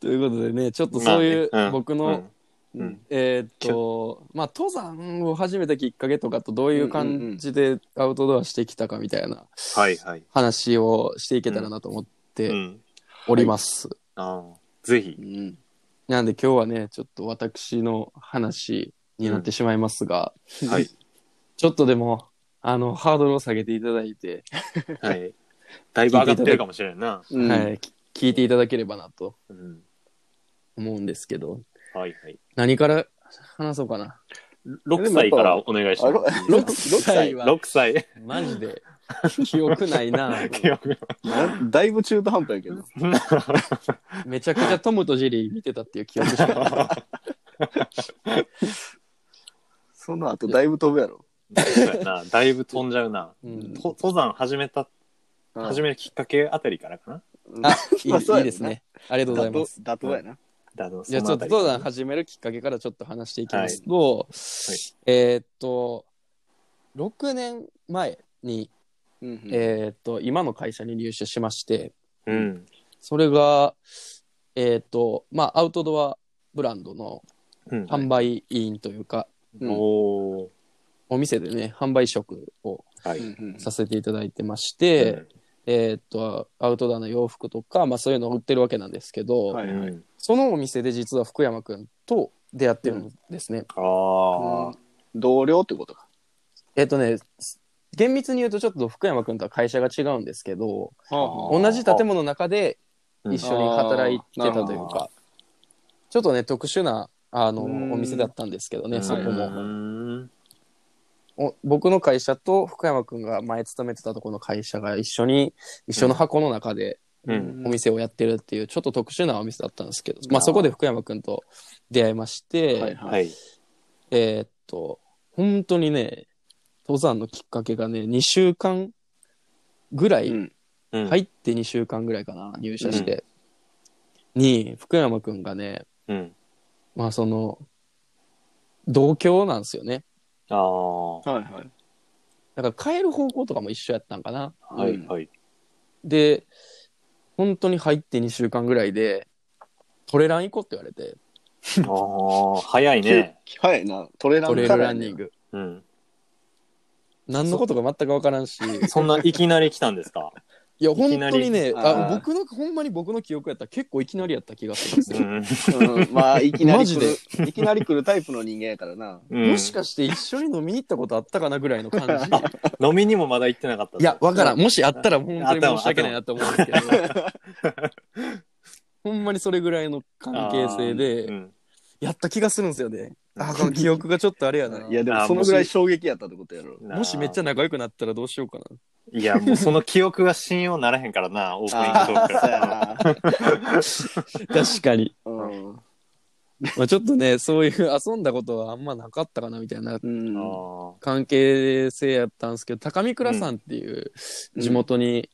[SPEAKER 1] ということでね、ちょっとそういう
[SPEAKER 3] まあねうん
[SPEAKER 1] 僕
[SPEAKER 3] う
[SPEAKER 1] の
[SPEAKER 3] ん、うん
[SPEAKER 1] えーっとまあ登山を始めたきっかけとかとどういう感じでアウトドアしてきたかみたいな
[SPEAKER 3] はいはい。
[SPEAKER 1] 話をしていけたらなと思っ
[SPEAKER 3] う
[SPEAKER 1] て
[SPEAKER 3] ん。
[SPEAKER 1] おります。
[SPEAKER 3] ああ、ぜひ
[SPEAKER 2] う。ん。
[SPEAKER 1] なんで今日はねちょっと私の話になってしまいますが、
[SPEAKER 3] はい。
[SPEAKER 1] ちょっとでもあのハードルを下げていただいて、
[SPEAKER 3] はい。だいぶ上がってるかもしれんな。
[SPEAKER 2] うん
[SPEAKER 1] はい、き聞いていただければなと
[SPEAKER 3] うん。
[SPEAKER 1] 思うんですけど
[SPEAKER 3] はいはい。
[SPEAKER 1] 何から話そうかな。
[SPEAKER 3] 6歳からお願いし
[SPEAKER 2] あ
[SPEAKER 3] ま
[SPEAKER 2] ろ
[SPEAKER 3] す。
[SPEAKER 2] 6歳は
[SPEAKER 1] は
[SPEAKER 3] 6歳。
[SPEAKER 1] マジ で記憶ないな。
[SPEAKER 3] 記憶
[SPEAKER 2] なだいぶ中途半端やけど。
[SPEAKER 1] めちゃくちゃトムとジェリー見てたっていう記憶しか ない。
[SPEAKER 2] その後だいぶ飛ぶやろ。
[SPEAKER 3] そう やなだいぶ飛んじゃうな。
[SPEAKER 1] うん
[SPEAKER 3] と登山始めた、始めるきっかけあたりからかな。
[SPEAKER 2] うん
[SPEAKER 1] あ、いい,、
[SPEAKER 2] まあそうやろない
[SPEAKER 1] ですね。ありがとうございます。
[SPEAKER 2] 妥当妥当やな。
[SPEAKER 3] だの
[SPEAKER 1] じゃあち
[SPEAKER 3] そ
[SPEAKER 1] ょ
[SPEAKER 3] の
[SPEAKER 1] っと
[SPEAKER 3] たり
[SPEAKER 1] 登山始めるきっかけからちょっと話していきますと、えーっと、6年前に、
[SPEAKER 2] うんうん
[SPEAKER 1] えーっと、今の会社に入社しまして、
[SPEAKER 3] うん。
[SPEAKER 1] それが、えーっと、まあ、アウトドアブランドの
[SPEAKER 3] うん。
[SPEAKER 1] 販売員というか、
[SPEAKER 2] うん
[SPEAKER 3] おー
[SPEAKER 1] お店でね、販売職を
[SPEAKER 3] はい。
[SPEAKER 2] うんうん
[SPEAKER 1] させていただいてまして、えーっと、アウトドアの洋服とか、まあ、そういうのを売ってるわけなんですけど、
[SPEAKER 2] は
[SPEAKER 3] う
[SPEAKER 2] い
[SPEAKER 3] ん
[SPEAKER 2] は
[SPEAKER 3] う
[SPEAKER 2] い。
[SPEAKER 3] ん
[SPEAKER 1] そのお店で実は福山くんと出会ってるんですね。
[SPEAKER 3] ああ、
[SPEAKER 2] 同僚ってことか。
[SPEAKER 1] えっ、とね、す厳密に言うとちょっと福山くんとは会社が違うんですけど、
[SPEAKER 3] はあ
[SPEAKER 1] 同じ建物の中で一緒に働いてたという
[SPEAKER 2] うんあ
[SPEAKER 1] か、ちょっとね、特殊な、あの、
[SPEAKER 2] うん
[SPEAKER 1] お店だったんですけどね、そこ
[SPEAKER 3] う
[SPEAKER 1] も。
[SPEAKER 3] ん
[SPEAKER 1] お僕の会社と福山くんが前勤めてたとこの会社が一緒に、一緒の箱の中で
[SPEAKER 3] うん。
[SPEAKER 1] お店をやってるっていう、ちょっと特殊なお店だったんですけど、まあそこで福山くんと出会いまして、
[SPEAKER 2] はいは。
[SPEAKER 3] はいい。
[SPEAKER 1] えーっと、本当にね、登山のきっかけがね、2週間ぐらい、
[SPEAKER 2] うん
[SPEAKER 3] うん
[SPEAKER 1] 入。って2週間ぐらいかな、入社して。に、福山くんがね、
[SPEAKER 3] うん。
[SPEAKER 1] まあその、同居なんですよね。
[SPEAKER 3] ああ、は
[SPEAKER 2] はいはい。
[SPEAKER 1] だから帰る方向とかも一緒やったんかな。
[SPEAKER 3] いはい。
[SPEAKER 1] で、本当に入って2週間ぐらいで、トレラン行こうって言われて、
[SPEAKER 3] ああ、早いね。
[SPEAKER 2] 早いな。トレラ
[SPEAKER 1] ト
[SPEAKER 2] ン
[SPEAKER 1] レイ
[SPEAKER 2] か
[SPEAKER 1] ル
[SPEAKER 2] ら
[SPEAKER 1] ラ
[SPEAKER 2] や
[SPEAKER 1] ン
[SPEAKER 2] ね
[SPEAKER 1] ニング。
[SPEAKER 3] うん。
[SPEAKER 1] 何のことか全く分からんし、
[SPEAKER 3] そんないきなり来たんですか
[SPEAKER 1] いや、
[SPEAKER 3] いき
[SPEAKER 1] 本
[SPEAKER 3] なり
[SPEAKER 1] 当にね、あ
[SPEAKER 2] あー
[SPEAKER 1] 僕の、ほんまに僕の記憶やったら結構いきなりやった気がするんですよ。
[SPEAKER 3] うん。
[SPEAKER 2] うん まあ、いきな
[SPEAKER 1] マ
[SPEAKER 2] り
[SPEAKER 1] ジ
[SPEAKER 2] 来
[SPEAKER 1] で
[SPEAKER 2] る、いきなり来るタイプの人間やからな。
[SPEAKER 3] うん
[SPEAKER 1] もしかして一緒に飲みに行ったことあったかなぐらいの感じ。
[SPEAKER 3] 飲みにもまだ行ってなかっ た。
[SPEAKER 1] いや、わからん。もしあったら本当に申し訳ないなと思うんですけど。 ほんまにそれぐらいの関係性
[SPEAKER 3] う
[SPEAKER 1] で、
[SPEAKER 3] ん。
[SPEAKER 1] やった気がするんですよね。あー、この記憶がちょっとあれやな。
[SPEAKER 2] いや、で
[SPEAKER 3] あ
[SPEAKER 2] も
[SPEAKER 3] ー
[SPEAKER 2] そのぐらい衝撃やったってことやろ。
[SPEAKER 1] もしめっちゃ仲良くなったらどうしようかな。
[SPEAKER 3] いや、もうその記憶が信用ならへんか らな、オープニン
[SPEAKER 2] あ
[SPEAKER 3] グトー
[SPEAKER 2] あ、
[SPEAKER 3] ク
[SPEAKER 2] そうや
[SPEAKER 3] から。
[SPEAKER 2] な。
[SPEAKER 1] 確かに。
[SPEAKER 2] うん
[SPEAKER 1] まあちょっとね、そういう 遊んだことはあんまなかったかなみたいな
[SPEAKER 2] うん。
[SPEAKER 3] あ
[SPEAKER 1] 関係性やったんですけど、高見倉さんっていう地元に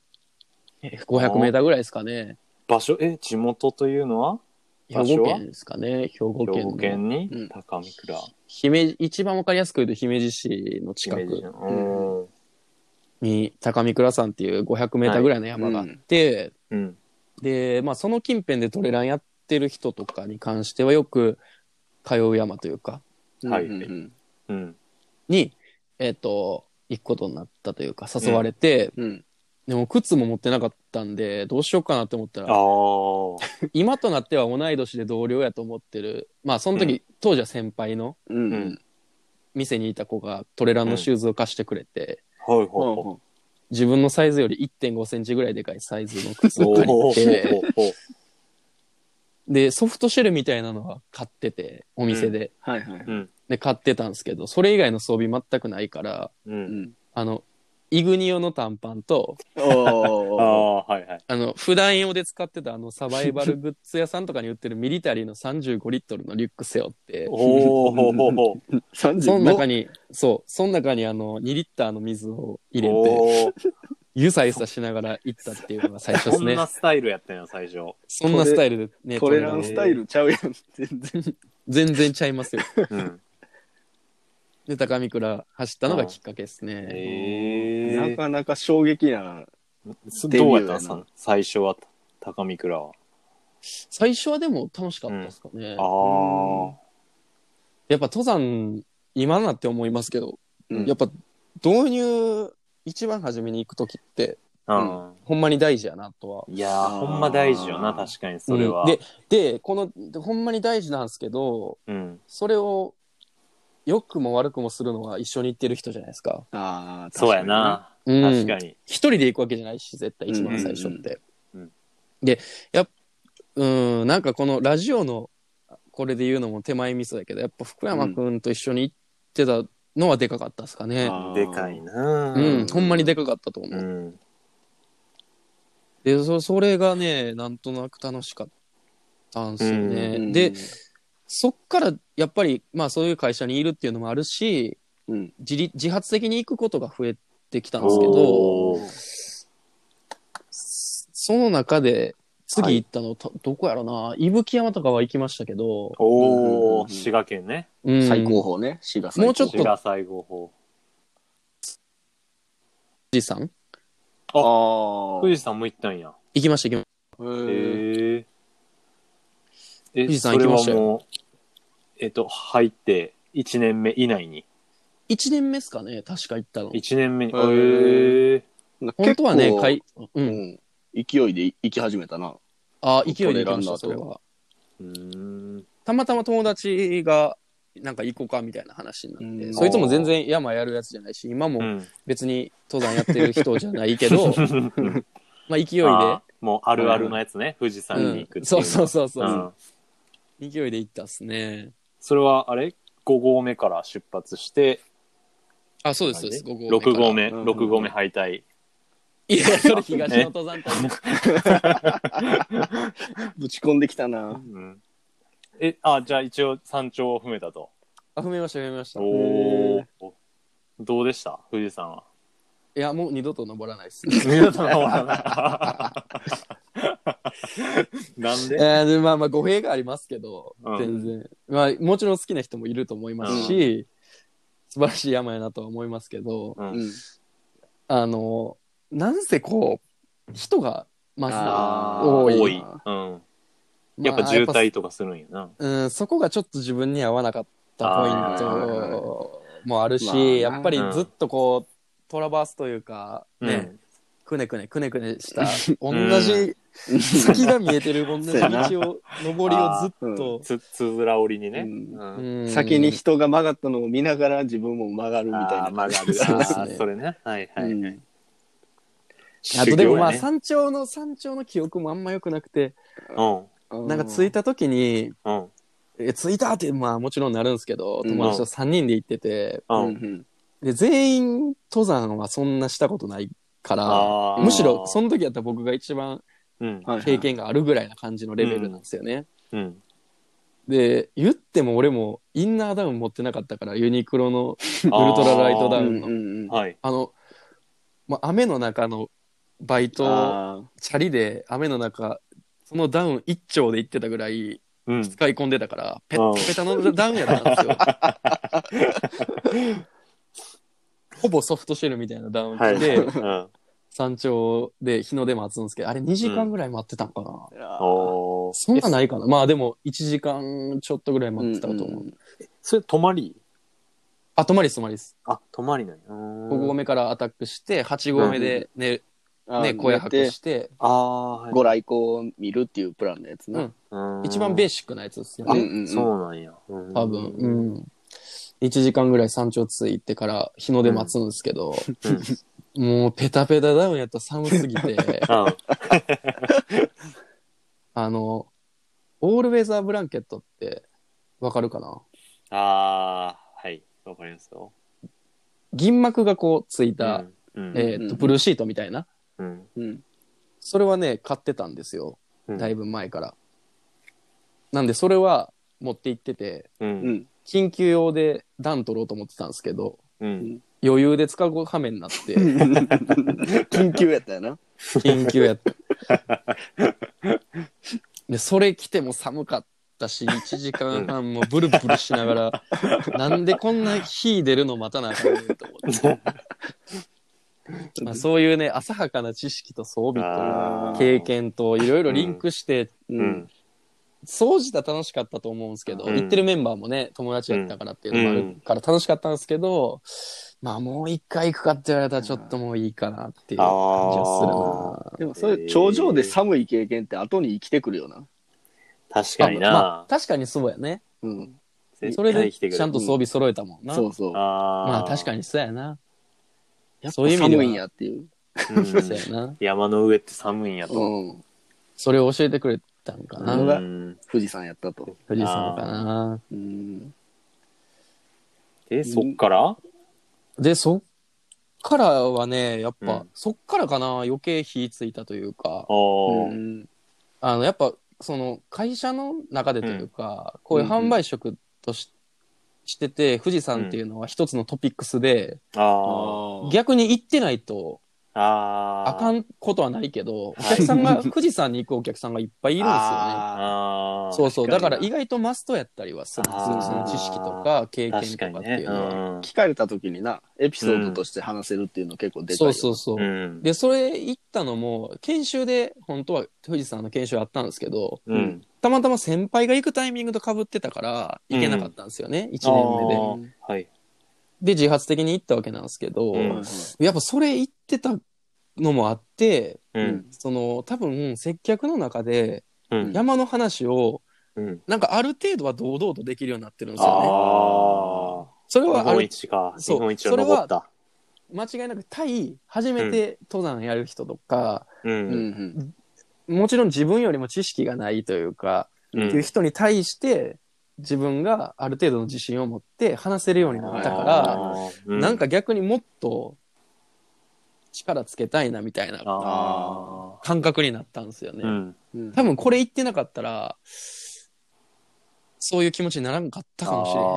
[SPEAKER 1] 500メーターぐらいですかね。
[SPEAKER 3] 場所、え、地元というのは場
[SPEAKER 1] 兵
[SPEAKER 3] 所
[SPEAKER 1] 庫
[SPEAKER 3] は
[SPEAKER 1] 県ですかね。兵庫
[SPEAKER 3] 兵
[SPEAKER 1] 県
[SPEAKER 3] 庫
[SPEAKER 1] の
[SPEAKER 3] 県に
[SPEAKER 2] うん
[SPEAKER 3] 高見倉。
[SPEAKER 1] 姫路一番わかりやすく言うと姫路市の近
[SPEAKER 3] 姫路
[SPEAKER 1] く
[SPEAKER 3] のうん
[SPEAKER 1] に高見倉山っていう500メーターぐらいの山があって、
[SPEAKER 3] うん。
[SPEAKER 1] で、まあ、その近辺でトレランやってる人とかに関してはよく通う山というか
[SPEAKER 3] はい
[SPEAKER 2] うんうん
[SPEAKER 3] うん。
[SPEAKER 1] に、えっと行くことになったというか誘われて、
[SPEAKER 2] うん。
[SPEAKER 1] でも靴も持ってなかったんでどうしようかなって思った
[SPEAKER 3] あ
[SPEAKER 1] ら
[SPEAKER 3] あ。
[SPEAKER 1] 今となっては同い年で同僚やと思ってるまあその時、
[SPEAKER 3] う
[SPEAKER 1] 当時は先輩の
[SPEAKER 2] うん。うん。
[SPEAKER 1] 店にいた子がトレランのシューズを貸してくれて。
[SPEAKER 3] はいはいはい。
[SPEAKER 2] ほ
[SPEAKER 1] 自分のサイズより1.5センチぐらいでかいサイズの靴
[SPEAKER 3] お
[SPEAKER 1] を借り
[SPEAKER 3] ー
[SPEAKER 1] て、で、ソフトシェルみたいなのは買ってて、お店で。
[SPEAKER 2] はいはい。
[SPEAKER 3] うん。
[SPEAKER 1] で、買ってたんですけど、それ以外の装備全くないから、
[SPEAKER 3] う。
[SPEAKER 2] うんん。
[SPEAKER 1] あの、イグニオの短パンと、
[SPEAKER 3] あ
[SPEAKER 2] おー。
[SPEAKER 3] あ、はいはい。
[SPEAKER 1] あの、普段用で使ってたあの、サバイバ ルグッズ屋さんとかに売ってるミリタリーの35リットルのリュック背負 って、
[SPEAKER 3] おおほほ ほ。
[SPEAKER 2] 35
[SPEAKER 1] その中に、そう、その中にあの、2リッターの水を入れて、
[SPEAKER 3] おー
[SPEAKER 1] ゆさゆさしながら行ったっていうのが最初で
[SPEAKER 3] こ
[SPEAKER 1] す
[SPEAKER 3] ん
[SPEAKER 1] ね。
[SPEAKER 3] なスタイルやったんや、最初。
[SPEAKER 1] そんなスタイルでね、
[SPEAKER 2] トレラ
[SPEAKER 1] トレ
[SPEAKER 2] ン
[SPEAKER 1] ラ
[SPEAKER 2] ス
[SPEAKER 1] ン
[SPEAKER 2] タイルちゃうやん。全然。
[SPEAKER 1] 全然ちゃいますよ。
[SPEAKER 3] うん。
[SPEAKER 1] で、高見倉走ったのがきっかけですね。
[SPEAKER 3] え
[SPEAKER 2] な
[SPEAKER 3] え。
[SPEAKER 2] かなか衝撃な。デビュー
[SPEAKER 3] どうやった
[SPEAKER 2] やなん
[SPEAKER 3] さ最初は、高見倉は。
[SPEAKER 1] 最初はでも楽しかったですかね。
[SPEAKER 3] ああ。
[SPEAKER 1] やっぱ登山、今になって思いますけど、
[SPEAKER 2] うん
[SPEAKER 1] やっぱ導入一番初めに行く時って、
[SPEAKER 3] うん。
[SPEAKER 1] ほんまに大事やなとは。
[SPEAKER 3] いやー、ほんま大事よな、確かに、それ
[SPEAKER 1] う
[SPEAKER 3] は。
[SPEAKER 1] んで、で、この、でほんまに大事なんですけど、
[SPEAKER 3] うん。
[SPEAKER 1] それを良くも悪くもするのは一緒に行ってる人じゃないですか。
[SPEAKER 2] ああ、
[SPEAKER 3] そうやな。
[SPEAKER 1] うん
[SPEAKER 3] 確かに。
[SPEAKER 1] 一人で行くわけじゃないし絶対一番最初って。
[SPEAKER 3] うんうんうん
[SPEAKER 1] でやっうんなんかこのラジオのこれで言うのも手前味噌だけどやっぱ福山君と一緒に行ってたのはでかかったですかね。
[SPEAKER 2] あー
[SPEAKER 3] でかいな
[SPEAKER 1] うん
[SPEAKER 3] ー
[SPEAKER 1] ほんまにでかかったと思う。
[SPEAKER 3] うん。
[SPEAKER 1] でそそれがねなんとなく楽しかったんですよね。
[SPEAKER 2] うん
[SPEAKER 1] で、そっからやっぱりまあそういう会社にいるっていうのもあるし
[SPEAKER 2] うん。
[SPEAKER 1] 自立自発的に行くことが増えてきたんですけど。
[SPEAKER 3] おー
[SPEAKER 1] その中で次行ったの、とどこやろな伊吹山とかは行きましたけど、
[SPEAKER 3] お
[SPEAKER 2] うん
[SPEAKER 3] ー、滋賀県ね。
[SPEAKER 1] うん
[SPEAKER 2] 最高峰ね、滋賀最高峰。
[SPEAKER 1] もうちょっと
[SPEAKER 3] 滋賀最後峰。
[SPEAKER 1] 富士山
[SPEAKER 2] あ
[SPEAKER 3] 富士山も行ったんや。
[SPEAKER 1] 行きました行きまし
[SPEAKER 2] あ。へえ。
[SPEAKER 3] へえ。え、
[SPEAKER 1] 富士山行
[SPEAKER 3] それ
[SPEAKER 1] きま
[SPEAKER 3] は
[SPEAKER 1] したよ
[SPEAKER 3] もう、えっと、入って、1年目以内に。
[SPEAKER 1] た1年目ですかね確か行ったの
[SPEAKER 3] 1年目に。
[SPEAKER 2] へ
[SPEAKER 3] へ
[SPEAKER 2] ー
[SPEAKER 3] え。
[SPEAKER 1] 本当はね
[SPEAKER 2] 結構
[SPEAKER 1] かい、う、
[SPEAKER 2] うんん。勢いで行き始めたな。
[SPEAKER 1] あ勢いで行きました
[SPEAKER 2] ト
[SPEAKER 1] そ
[SPEAKER 2] レ
[SPEAKER 1] れ
[SPEAKER 2] ランナーと
[SPEAKER 1] は
[SPEAKER 3] うーん。
[SPEAKER 1] たまたま友達がなんか行こうかみたいな話になっ
[SPEAKER 2] う
[SPEAKER 1] て
[SPEAKER 2] ん
[SPEAKER 1] そいつも全然山やるやつじゃないし今
[SPEAKER 3] う
[SPEAKER 1] も
[SPEAKER 3] ん。
[SPEAKER 1] 別に登山やってる人じゃないけど、 まあ勢いで、
[SPEAKER 3] あーもうあるあるのやつね、富士
[SPEAKER 1] う
[SPEAKER 3] 山に行くってい
[SPEAKER 1] ん、そうそううそうそう、
[SPEAKER 3] ん。
[SPEAKER 1] 勢いで行ったっすね
[SPEAKER 3] それは、あれ ?5 合目から出発して、
[SPEAKER 1] あそうですそうです5合目
[SPEAKER 3] 6合
[SPEAKER 1] から
[SPEAKER 3] 目、
[SPEAKER 2] うん
[SPEAKER 3] 6合目敗退。
[SPEAKER 1] いやそれ東の登山隊
[SPEAKER 2] ぶち込んできたな。
[SPEAKER 3] うんえ、あ、じゃあ一応山頂を踏めたと。
[SPEAKER 1] あ、踏めました、踏めました。い
[SPEAKER 3] おお。どうでした富士山は。
[SPEAKER 1] や、もう二度と登らないです。
[SPEAKER 3] 見事なものだ な。なん
[SPEAKER 1] え
[SPEAKER 3] で
[SPEAKER 1] ー、でまあまあ、語弊がありますけど、
[SPEAKER 3] うん
[SPEAKER 1] 全然。まあ、もちろん好きな人もいると思いますし、素晴らしい山やなとは思いますけど、
[SPEAKER 3] う。
[SPEAKER 2] うんん。
[SPEAKER 1] あの、なんせこう、人が、まず、
[SPEAKER 2] あー
[SPEAKER 3] あー
[SPEAKER 1] 多い
[SPEAKER 3] 多い。うん。やっぱ
[SPEAKER 1] まあ
[SPEAKER 3] 渋
[SPEAKER 1] や
[SPEAKER 3] 滞
[SPEAKER 1] っ
[SPEAKER 3] とかするんやな。
[SPEAKER 1] ぱうん、そこがちょっと自分に合わなかったポイントもあるし、
[SPEAKER 2] まあな
[SPEAKER 1] やっぱりずっとこう、トラバースというか、
[SPEAKER 3] う
[SPEAKER 1] ね、
[SPEAKER 3] ん。
[SPEAKER 1] くねくねくねくねした同じ月が見えてる同じ道を上りをずっと、
[SPEAKER 3] つ、つづら折りに
[SPEAKER 2] う
[SPEAKER 3] ね。
[SPEAKER 2] ん
[SPEAKER 3] うん
[SPEAKER 1] うん
[SPEAKER 2] 先に人が曲がったのを見ながら自分も曲がるみたい
[SPEAKER 3] あ
[SPEAKER 2] な。
[SPEAKER 3] あ、曲がる。
[SPEAKER 1] そうですね
[SPEAKER 3] あー それね。はいは
[SPEAKER 2] う
[SPEAKER 3] い。
[SPEAKER 2] ん
[SPEAKER 1] あとでもまあ
[SPEAKER 3] 修行
[SPEAKER 1] 山頂の山頂の記憶もあんま良くなくて
[SPEAKER 3] やね
[SPEAKER 1] なんか着いた時に
[SPEAKER 3] うん。うん。
[SPEAKER 1] 「え着いた!」ってまあもちろんなるんですけど
[SPEAKER 2] うん
[SPEAKER 1] 友達と3人で行ってて
[SPEAKER 2] う
[SPEAKER 3] うんん。
[SPEAKER 2] うん
[SPEAKER 1] で全員登山はそんなしたことないから
[SPEAKER 3] あー
[SPEAKER 1] むしろその時やったら僕が一番
[SPEAKER 3] うん。
[SPEAKER 2] はいはい
[SPEAKER 1] 経験があるぐらいな感じのレベルなんですよね。
[SPEAKER 3] うん。
[SPEAKER 1] で言っても俺もインナーダウン持ってなかったからユニクロのウルトラライトダウンの
[SPEAKER 2] うんうんうん
[SPEAKER 3] はい。
[SPEAKER 1] あの、まあ、雨の中のバイト、
[SPEAKER 2] あ
[SPEAKER 1] チャリで雨の中、そのダウン一丁で行ってたぐらい
[SPEAKER 3] うん。
[SPEAKER 1] 使い込んでたから、ペ
[SPEAKER 3] うん
[SPEAKER 1] ッタペタのダウンやったんですよ。 ほぼソフトシェルみたいなダウン
[SPEAKER 3] はい。
[SPEAKER 1] で、
[SPEAKER 3] うん。
[SPEAKER 1] 山頂で日の出待つんですけど、あれ2時間ぐらい待ってたんかな、
[SPEAKER 2] ー
[SPEAKER 3] おー
[SPEAKER 1] そんなないかなまあでも1時間ちょっとぐらい待ってたと思う。
[SPEAKER 2] んん
[SPEAKER 3] それ、泊まり
[SPEAKER 1] あ、泊まりです、泊まりです。
[SPEAKER 3] あ、泊まりなんや。
[SPEAKER 1] 5合目からアタックして、8合目でね、
[SPEAKER 2] あ
[SPEAKER 1] ね、
[SPEAKER 2] ー
[SPEAKER 1] 小屋泊
[SPEAKER 2] で
[SPEAKER 1] して、
[SPEAKER 3] ああ、はい。
[SPEAKER 2] ご来光を見るっていうプランのやつな。
[SPEAKER 1] うん
[SPEAKER 3] うん
[SPEAKER 1] 一番ベーシックなやつですよね。
[SPEAKER 2] うん
[SPEAKER 3] あそうなんや。うん
[SPEAKER 1] 多分、うん。1時間ぐらい山頂着いてから日の出待つんですけど、
[SPEAKER 3] うん、
[SPEAKER 1] もうペタペタダウンやったら寒すぎて
[SPEAKER 3] あ
[SPEAKER 1] あの、オールウェザーブランケットってわかるかな
[SPEAKER 3] ああ、はい。わかりますよ。
[SPEAKER 1] 銀幕がこうついた、
[SPEAKER 3] うん、うん。
[SPEAKER 1] えーっ
[SPEAKER 2] う
[SPEAKER 1] と
[SPEAKER 2] ん
[SPEAKER 1] ブルーシートみたいな、
[SPEAKER 3] うん。
[SPEAKER 2] うん。
[SPEAKER 1] それはね買ってたんですよ
[SPEAKER 3] うん
[SPEAKER 1] だいぶ前から、なんでそれは持って行ってて
[SPEAKER 3] う。
[SPEAKER 2] うんん。
[SPEAKER 1] 緊急用で段取ろうと思ってたんですけど
[SPEAKER 3] うん。
[SPEAKER 1] 余裕で使う羽目になって
[SPEAKER 2] 緊急やったよな。
[SPEAKER 1] 緊急やったでそれ着ても寒かったし1時間半もうブルブルしながらなんでこんな火出るの待たなあかんねんと思って まあ、そういうね浅はかな知識と装備
[SPEAKER 3] あ
[SPEAKER 1] と
[SPEAKER 3] ー
[SPEAKER 1] 経験といろいろリンクして、
[SPEAKER 2] う
[SPEAKER 3] うんん。
[SPEAKER 1] 総じた楽しかったと思うんですけど、
[SPEAKER 3] うん
[SPEAKER 1] 行ってるメンバーもね友達やったからっていうのもあるから楽しかったんですけど、まあもう一回行くかって言われたらちょっともういいかなっていう感じはするな。
[SPEAKER 2] でもそれ、頂上で寒い経験って後に生きてくるよな。
[SPEAKER 3] 確かにな。
[SPEAKER 1] まあ、確かにそうやね。
[SPEAKER 2] うん。
[SPEAKER 3] 絶対
[SPEAKER 1] それで
[SPEAKER 3] 来てくれる
[SPEAKER 1] ちゃんと装備揃えたもんな。
[SPEAKER 2] そうそう。
[SPEAKER 3] あー
[SPEAKER 1] まあ確かにそうやな。
[SPEAKER 2] やっ
[SPEAKER 1] そういう
[SPEAKER 2] ぱ
[SPEAKER 1] 意味では
[SPEAKER 2] 寒いんやっていう。
[SPEAKER 3] うん
[SPEAKER 1] そうやな。
[SPEAKER 3] 山の上って寒いんやと。
[SPEAKER 2] うん。
[SPEAKER 1] それを教えてくれたんかな。
[SPEAKER 2] うん
[SPEAKER 3] うん
[SPEAKER 2] 富士山やったと。
[SPEAKER 1] 富士山かな。
[SPEAKER 2] うん。
[SPEAKER 3] で、そっから
[SPEAKER 1] で、そっからはね、やっぱ、
[SPEAKER 3] うん
[SPEAKER 1] そっからかな、余計火ついたというか、
[SPEAKER 3] あー
[SPEAKER 2] うん
[SPEAKER 1] あの、やっぱ、その、会社の中でというか、こういう販売職とししてて、富士山っていうのは一つのトピックスで、
[SPEAKER 3] あー。
[SPEAKER 1] 逆に行ってないと、
[SPEAKER 3] あー。
[SPEAKER 1] あか
[SPEAKER 3] ん。
[SPEAKER 1] んことはないけど、お
[SPEAKER 3] い
[SPEAKER 1] 客さんが、富士山に行くお客さんがいっぱいいるんですよね。
[SPEAKER 3] あー。
[SPEAKER 1] そうそう。だから
[SPEAKER 3] 確
[SPEAKER 1] 意外とマストやったりはするんです
[SPEAKER 3] あ
[SPEAKER 1] よ。
[SPEAKER 3] ー
[SPEAKER 1] その知識とか経験
[SPEAKER 3] に
[SPEAKER 1] とかっていうのは。
[SPEAKER 2] 聞かれた時にな、エピソードとして話せるっていうの結構でかい
[SPEAKER 1] そ
[SPEAKER 2] よ。
[SPEAKER 1] うそうそう。
[SPEAKER 3] 確かにね。うん。
[SPEAKER 1] で、それ行ったのも、研修で、本当は富士山の研修あったんですけど、
[SPEAKER 3] うん。うん。
[SPEAKER 1] たまたま先輩が行くタイミングと被ってたから、行けなかったんですよね、1年目
[SPEAKER 3] あ
[SPEAKER 1] で。
[SPEAKER 3] ーはい。
[SPEAKER 1] で、自発的に行ったわけなんですけど、
[SPEAKER 3] うん
[SPEAKER 1] やっぱそれ行ってたのもあって、
[SPEAKER 3] う
[SPEAKER 2] うん
[SPEAKER 3] ん。
[SPEAKER 1] その、多分、接客の中で、
[SPEAKER 3] うん。
[SPEAKER 1] 山の話を、
[SPEAKER 3] うん。
[SPEAKER 1] なんかある程度は堂々とできるようになってるんですよね。
[SPEAKER 3] あ
[SPEAKER 1] それ
[SPEAKER 3] あ。日
[SPEAKER 1] はあ
[SPEAKER 3] 本
[SPEAKER 1] る
[SPEAKER 3] 一か。日
[SPEAKER 1] そう
[SPEAKER 3] 本一を登った。
[SPEAKER 1] 間違いなく対初めて登山やる人とか、
[SPEAKER 3] う。
[SPEAKER 2] うんうんん
[SPEAKER 1] もちろん自分よりも知識がないというか、
[SPEAKER 3] うん
[SPEAKER 1] っていう人に対して自分がある程度の自信を持って話せるようになったから、
[SPEAKER 3] あー、う
[SPEAKER 1] なん、か逆にもっと力つけたいなみたいな
[SPEAKER 3] あ
[SPEAKER 1] 感覚になったんですよね。
[SPEAKER 3] あ。うん。
[SPEAKER 2] うん
[SPEAKER 1] 多分これ言ってなかったらそういう気持ちにならんかったかもしれない。
[SPEAKER 2] あ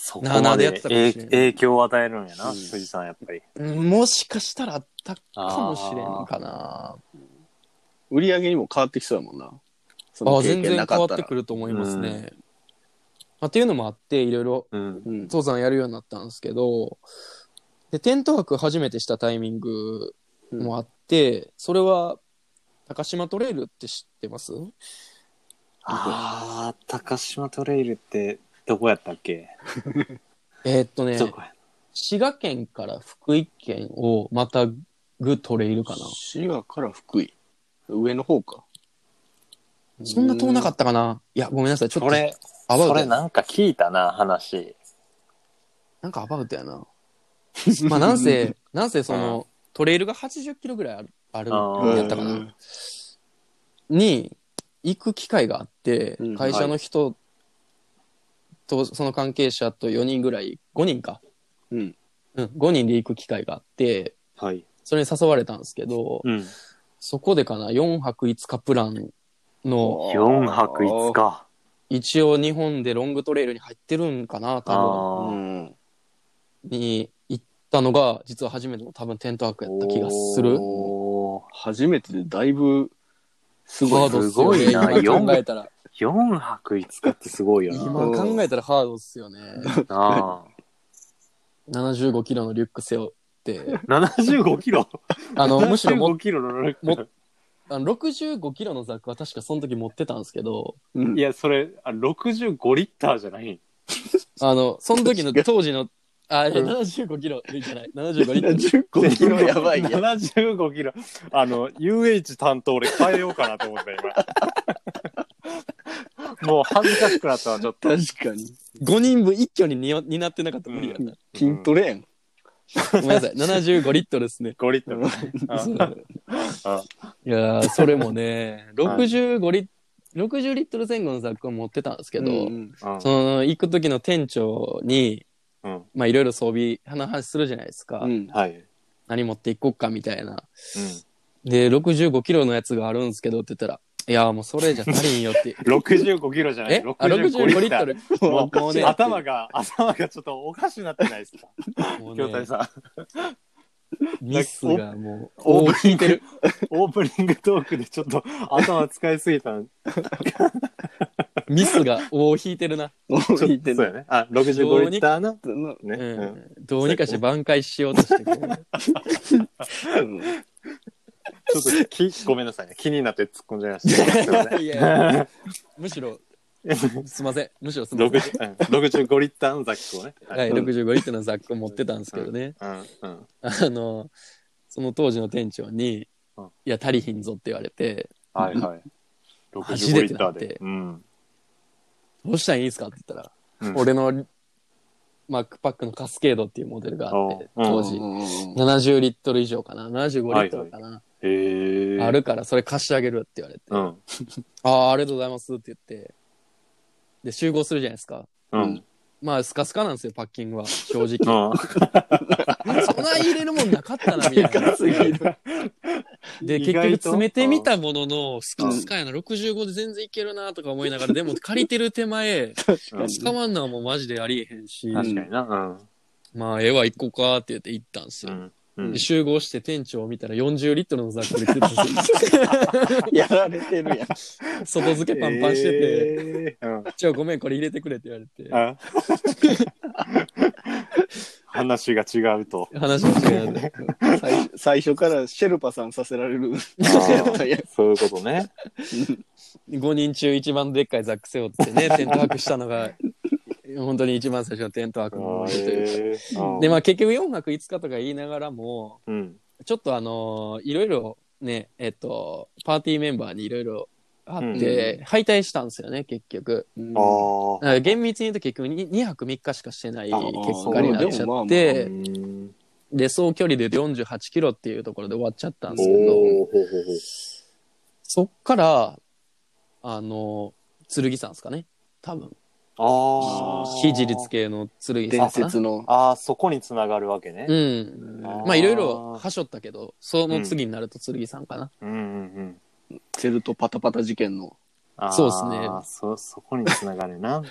[SPEAKER 3] そこ
[SPEAKER 1] なあなあ
[SPEAKER 3] ま
[SPEAKER 1] でや
[SPEAKER 3] で
[SPEAKER 1] ってたかもしれ
[SPEAKER 3] 影
[SPEAKER 1] ん
[SPEAKER 3] 影響を与えるんやな、
[SPEAKER 2] うん
[SPEAKER 3] 富士山やっぱり。
[SPEAKER 1] うんもしかしたらあったかもしれんかな。
[SPEAKER 2] 売り上げにも変わってきそうやもんな。そ
[SPEAKER 1] あ
[SPEAKER 2] の
[SPEAKER 1] あ
[SPEAKER 2] 経
[SPEAKER 1] 全然
[SPEAKER 2] 験な
[SPEAKER 1] 変
[SPEAKER 2] か
[SPEAKER 1] わ
[SPEAKER 2] っ
[SPEAKER 1] ったて
[SPEAKER 2] ら
[SPEAKER 1] くると思いますね。
[SPEAKER 3] うん
[SPEAKER 1] まあ、っていうのもあっていろいろ
[SPEAKER 3] うん。
[SPEAKER 2] うん
[SPEAKER 1] 登山やるようになったんですけどでテント泊初めてしたタイミングもあって、それは高島トレイルって知ってます
[SPEAKER 3] ああ、高島トレイルってどこやったっけ、
[SPEAKER 1] えーっとね
[SPEAKER 3] どこや
[SPEAKER 1] 滋賀県から福井県をまたぐトレイルかな
[SPEAKER 2] 滋賀から福井。上の方か。
[SPEAKER 1] そんな遠なかったかないやごめんなさいちょっ
[SPEAKER 3] そ
[SPEAKER 1] と
[SPEAKER 3] れ、
[SPEAKER 1] アバウ
[SPEAKER 3] そ
[SPEAKER 1] ト
[SPEAKER 3] れ
[SPEAKER 1] やな
[SPEAKER 3] なんか聞いたな、話。
[SPEAKER 1] なんかアバウトやなまあなんせなんせそのトレイルが80キロぐらいあるある
[SPEAKER 3] あー
[SPEAKER 1] やったかなに行く機会があって、
[SPEAKER 2] うん
[SPEAKER 1] 会社の人とその関係者と4人ぐらい5人か、
[SPEAKER 2] うん。
[SPEAKER 1] うん、5人で行く機会があって
[SPEAKER 3] はい。
[SPEAKER 1] それに誘われたんですけど、
[SPEAKER 3] うん。
[SPEAKER 1] そこでかな4泊5日プランの
[SPEAKER 3] 4泊5
[SPEAKER 2] 日。
[SPEAKER 3] 日。
[SPEAKER 1] 一応日本でロングトレイルに入ってるんかな多
[SPEAKER 3] あ
[SPEAKER 2] う
[SPEAKER 3] ー
[SPEAKER 2] ん。
[SPEAKER 1] 分に行ったのが実は初めての多分テント泊やった気がする。
[SPEAKER 3] お
[SPEAKER 2] 初めてでだいぶす
[SPEAKER 1] ハー
[SPEAKER 2] ごい。
[SPEAKER 1] ドっすよね
[SPEAKER 3] すごいな
[SPEAKER 1] 今考えたら
[SPEAKER 3] ー4泊5日ってすごいよ
[SPEAKER 1] 今
[SPEAKER 3] な。
[SPEAKER 1] 考えたらハードっすよね
[SPEAKER 3] なあ
[SPEAKER 1] 75キロのリュック背負って
[SPEAKER 3] 75キロ
[SPEAKER 1] あ のむしろも
[SPEAKER 3] 75キロのロ
[SPEAKER 1] もあの65キロのザックは確かその時持ってたんですけど、
[SPEAKER 2] うん
[SPEAKER 3] いや、それ、あ65リッターじゃない。
[SPEAKER 1] あの、その時の当時の、あ、いや75キロじゃない、75リット ル。
[SPEAKER 2] 75キロやばいや。
[SPEAKER 3] 75キロ。あの、UH 担当俺変えようかなと 思った、今。もう恥ずかしくなったわ、ちょっと。
[SPEAKER 2] 確かに。
[SPEAKER 1] 5人分一挙にに担ってなかったら無理やった。
[SPEAKER 2] 筋トレやん。
[SPEAKER 1] ごめんなさい、75リットルですね。
[SPEAKER 3] 5リッター。
[SPEAKER 1] そういやー、それもね、65リッ60リットル前後のザックを持ってたんですけ
[SPEAKER 2] け
[SPEAKER 1] ど、
[SPEAKER 2] うん
[SPEAKER 3] うん
[SPEAKER 1] その行く時の店長に
[SPEAKER 3] うん
[SPEAKER 1] まあいろいろ装備の話するじゃないですか、
[SPEAKER 2] うん
[SPEAKER 3] はい。うん
[SPEAKER 1] 何持っていこっかみたいなで65キロのやつがあるんですけどって言ったら「いやもうそれじゃ足りんよ」って
[SPEAKER 3] 65キロじゃない
[SPEAKER 1] えあ65リットルもうもうね
[SPEAKER 3] 頭が、頭がちょっとおかしなってないですか
[SPEAKER 1] もうね
[SPEAKER 3] 京谷さん。
[SPEAKER 1] ミスがもう
[SPEAKER 3] オ
[SPEAKER 1] 大
[SPEAKER 3] ープ
[SPEAKER 1] き
[SPEAKER 3] ニ
[SPEAKER 1] い
[SPEAKER 3] ン
[SPEAKER 1] て
[SPEAKER 3] グ
[SPEAKER 1] る、
[SPEAKER 3] オープニングトークでちょっと頭使いすぎた ん
[SPEAKER 1] ミスが大引いてるな、
[SPEAKER 2] そう言って
[SPEAKER 3] そう
[SPEAKER 2] る
[SPEAKER 3] やね。あ、65リッターの。
[SPEAKER 2] うん
[SPEAKER 3] ね。
[SPEAKER 1] う
[SPEAKER 3] うん
[SPEAKER 1] ん、どうにかして挽回しようとしてこう
[SPEAKER 3] ちょっとき、ごめんなさいね。気になって突っ込んじゃいました。すいません
[SPEAKER 1] いや むし ろすいませんむしろすいません
[SPEAKER 3] 60うん65リッターのザックをね。
[SPEAKER 1] はい、65リットルのザックを持ってたんですけどね、
[SPEAKER 3] うんうん
[SPEAKER 1] あのその当時の店長に
[SPEAKER 3] うん
[SPEAKER 1] 「いや足りひんぞ」って言われて
[SPEAKER 3] はいはい。
[SPEAKER 1] 初
[SPEAKER 3] 65
[SPEAKER 1] め
[SPEAKER 3] リ
[SPEAKER 1] て
[SPEAKER 3] ッタ
[SPEAKER 1] な
[SPEAKER 3] ー
[SPEAKER 1] っ
[SPEAKER 3] で
[SPEAKER 1] て。
[SPEAKER 3] うん。
[SPEAKER 1] 「どうしたらいいんすか?」って言ったら、
[SPEAKER 3] うん
[SPEAKER 1] 俺のマックパックのカスケードっていうモデルがあって
[SPEAKER 3] おう
[SPEAKER 1] 当
[SPEAKER 2] う
[SPEAKER 1] 時、
[SPEAKER 2] んうん
[SPEAKER 1] 70リットル以上かな75リットルかな、
[SPEAKER 3] へえ。
[SPEAKER 1] あるからそれ貸してあげるって言われて「
[SPEAKER 3] うん。
[SPEAKER 1] ああありがとうございます」って言ってで集合するじゃないですか
[SPEAKER 3] うん。
[SPEAKER 1] まあスカスカなんですよパッキングは正直
[SPEAKER 3] うん。
[SPEAKER 1] そんな入れるもんなかったなみたいなで、結
[SPEAKER 3] 意外
[SPEAKER 1] 局
[SPEAKER 3] と
[SPEAKER 1] 詰めてみたものの、スカスカやな、65で全然いけるなとか思いながら、で も借りてる手前、
[SPEAKER 3] うん
[SPEAKER 1] 捕まんのはもうマジでありえへんし、
[SPEAKER 3] 確かにな。
[SPEAKER 1] まあ、ええわ、行こうかって言って行ったんです
[SPEAKER 3] う
[SPEAKER 1] よ。
[SPEAKER 3] ん。うん
[SPEAKER 1] で。集合して店長を見たら40リットルのザックで来てたんですよ
[SPEAKER 2] やられてるやん。
[SPEAKER 1] 外付けパンパンしてて、
[SPEAKER 3] て。うん。
[SPEAKER 1] ちょ、ごめん、これ入れてくれって言われて、
[SPEAKER 3] あ話が違うと。
[SPEAKER 1] 話が違うね。
[SPEAKER 2] 最初 最初からシェルパさんさせられる。
[SPEAKER 3] そういうことね。
[SPEAKER 1] 5人中一番でっかいザック背負って ね、テントワークしたのが、本当に一番最初のテントワークの思い出というか。で、まあ結局4泊5日とか言いながらも、
[SPEAKER 3] うん。
[SPEAKER 1] ちょっとあのーいろいろね、えっと、パーティーメンバーにいろいろあって、敗退したんですよね、結局。
[SPEAKER 3] ああ。
[SPEAKER 1] だから厳密に言うと結局 2, 泊3日しかしてない
[SPEAKER 2] あ
[SPEAKER 1] 結果になっちゃ
[SPEAKER 2] まあまあまあ
[SPEAKER 1] っ
[SPEAKER 3] う
[SPEAKER 1] て、
[SPEAKER 3] ん
[SPEAKER 1] で、総距離で48キロっていうところで終わっちゃったんですけど、
[SPEAKER 3] おお。ほうほうほう
[SPEAKER 1] そっから、あの剣さんですかね、多分。
[SPEAKER 3] ああ。
[SPEAKER 1] 非自立系の剣さん
[SPEAKER 2] 伝
[SPEAKER 1] かな
[SPEAKER 2] 説。の。
[SPEAKER 3] ああ、そこに繋がるわけね
[SPEAKER 1] う。ん。まあいろいろはしょったけど、その次になると剣さんかな。
[SPEAKER 3] うんうんうん。
[SPEAKER 2] セルトパタパタ事件の。
[SPEAKER 3] あー
[SPEAKER 1] そうっすね
[SPEAKER 3] そ、そこに繋がるな。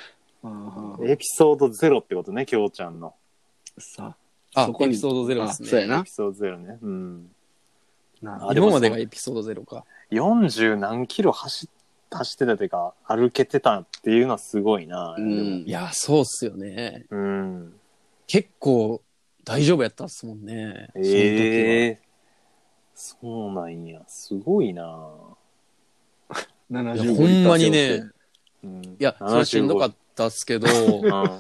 [SPEAKER 2] え
[SPEAKER 3] エピソードゼロってことね、きょうちゃんの。
[SPEAKER 2] さ
[SPEAKER 1] あ
[SPEAKER 2] そ、こ
[SPEAKER 1] エ
[SPEAKER 2] に
[SPEAKER 1] ピソードゼロです
[SPEAKER 2] あ
[SPEAKER 1] ね。
[SPEAKER 2] そうや
[SPEAKER 3] エ
[SPEAKER 2] な
[SPEAKER 3] ピ。ソードゼロね。うん。
[SPEAKER 2] な
[SPEAKER 3] あでも
[SPEAKER 1] 今まで
[SPEAKER 3] そ
[SPEAKER 1] が
[SPEAKER 3] う
[SPEAKER 1] エピソードゼロか。
[SPEAKER 3] 40何キロ走っ走ってたというか、歩けてたっていうのはすごいな。
[SPEAKER 2] う
[SPEAKER 3] でも
[SPEAKER 2] ん
[SPEAKER 1] い。や、そうっすよね。
[SPEAKER 3] うん。
[SPEAKER 1] 結構大丈夫やったっすもんね。その時は
[SPEAKER 3] ええそうなんや。すごいな。
[SPEAKER 1] いやほんまにね、
[SPEAKER 3] うん、い
[SPEAKER 1] いや、それしんどかったっすけど、
[SPEAKER 3] た。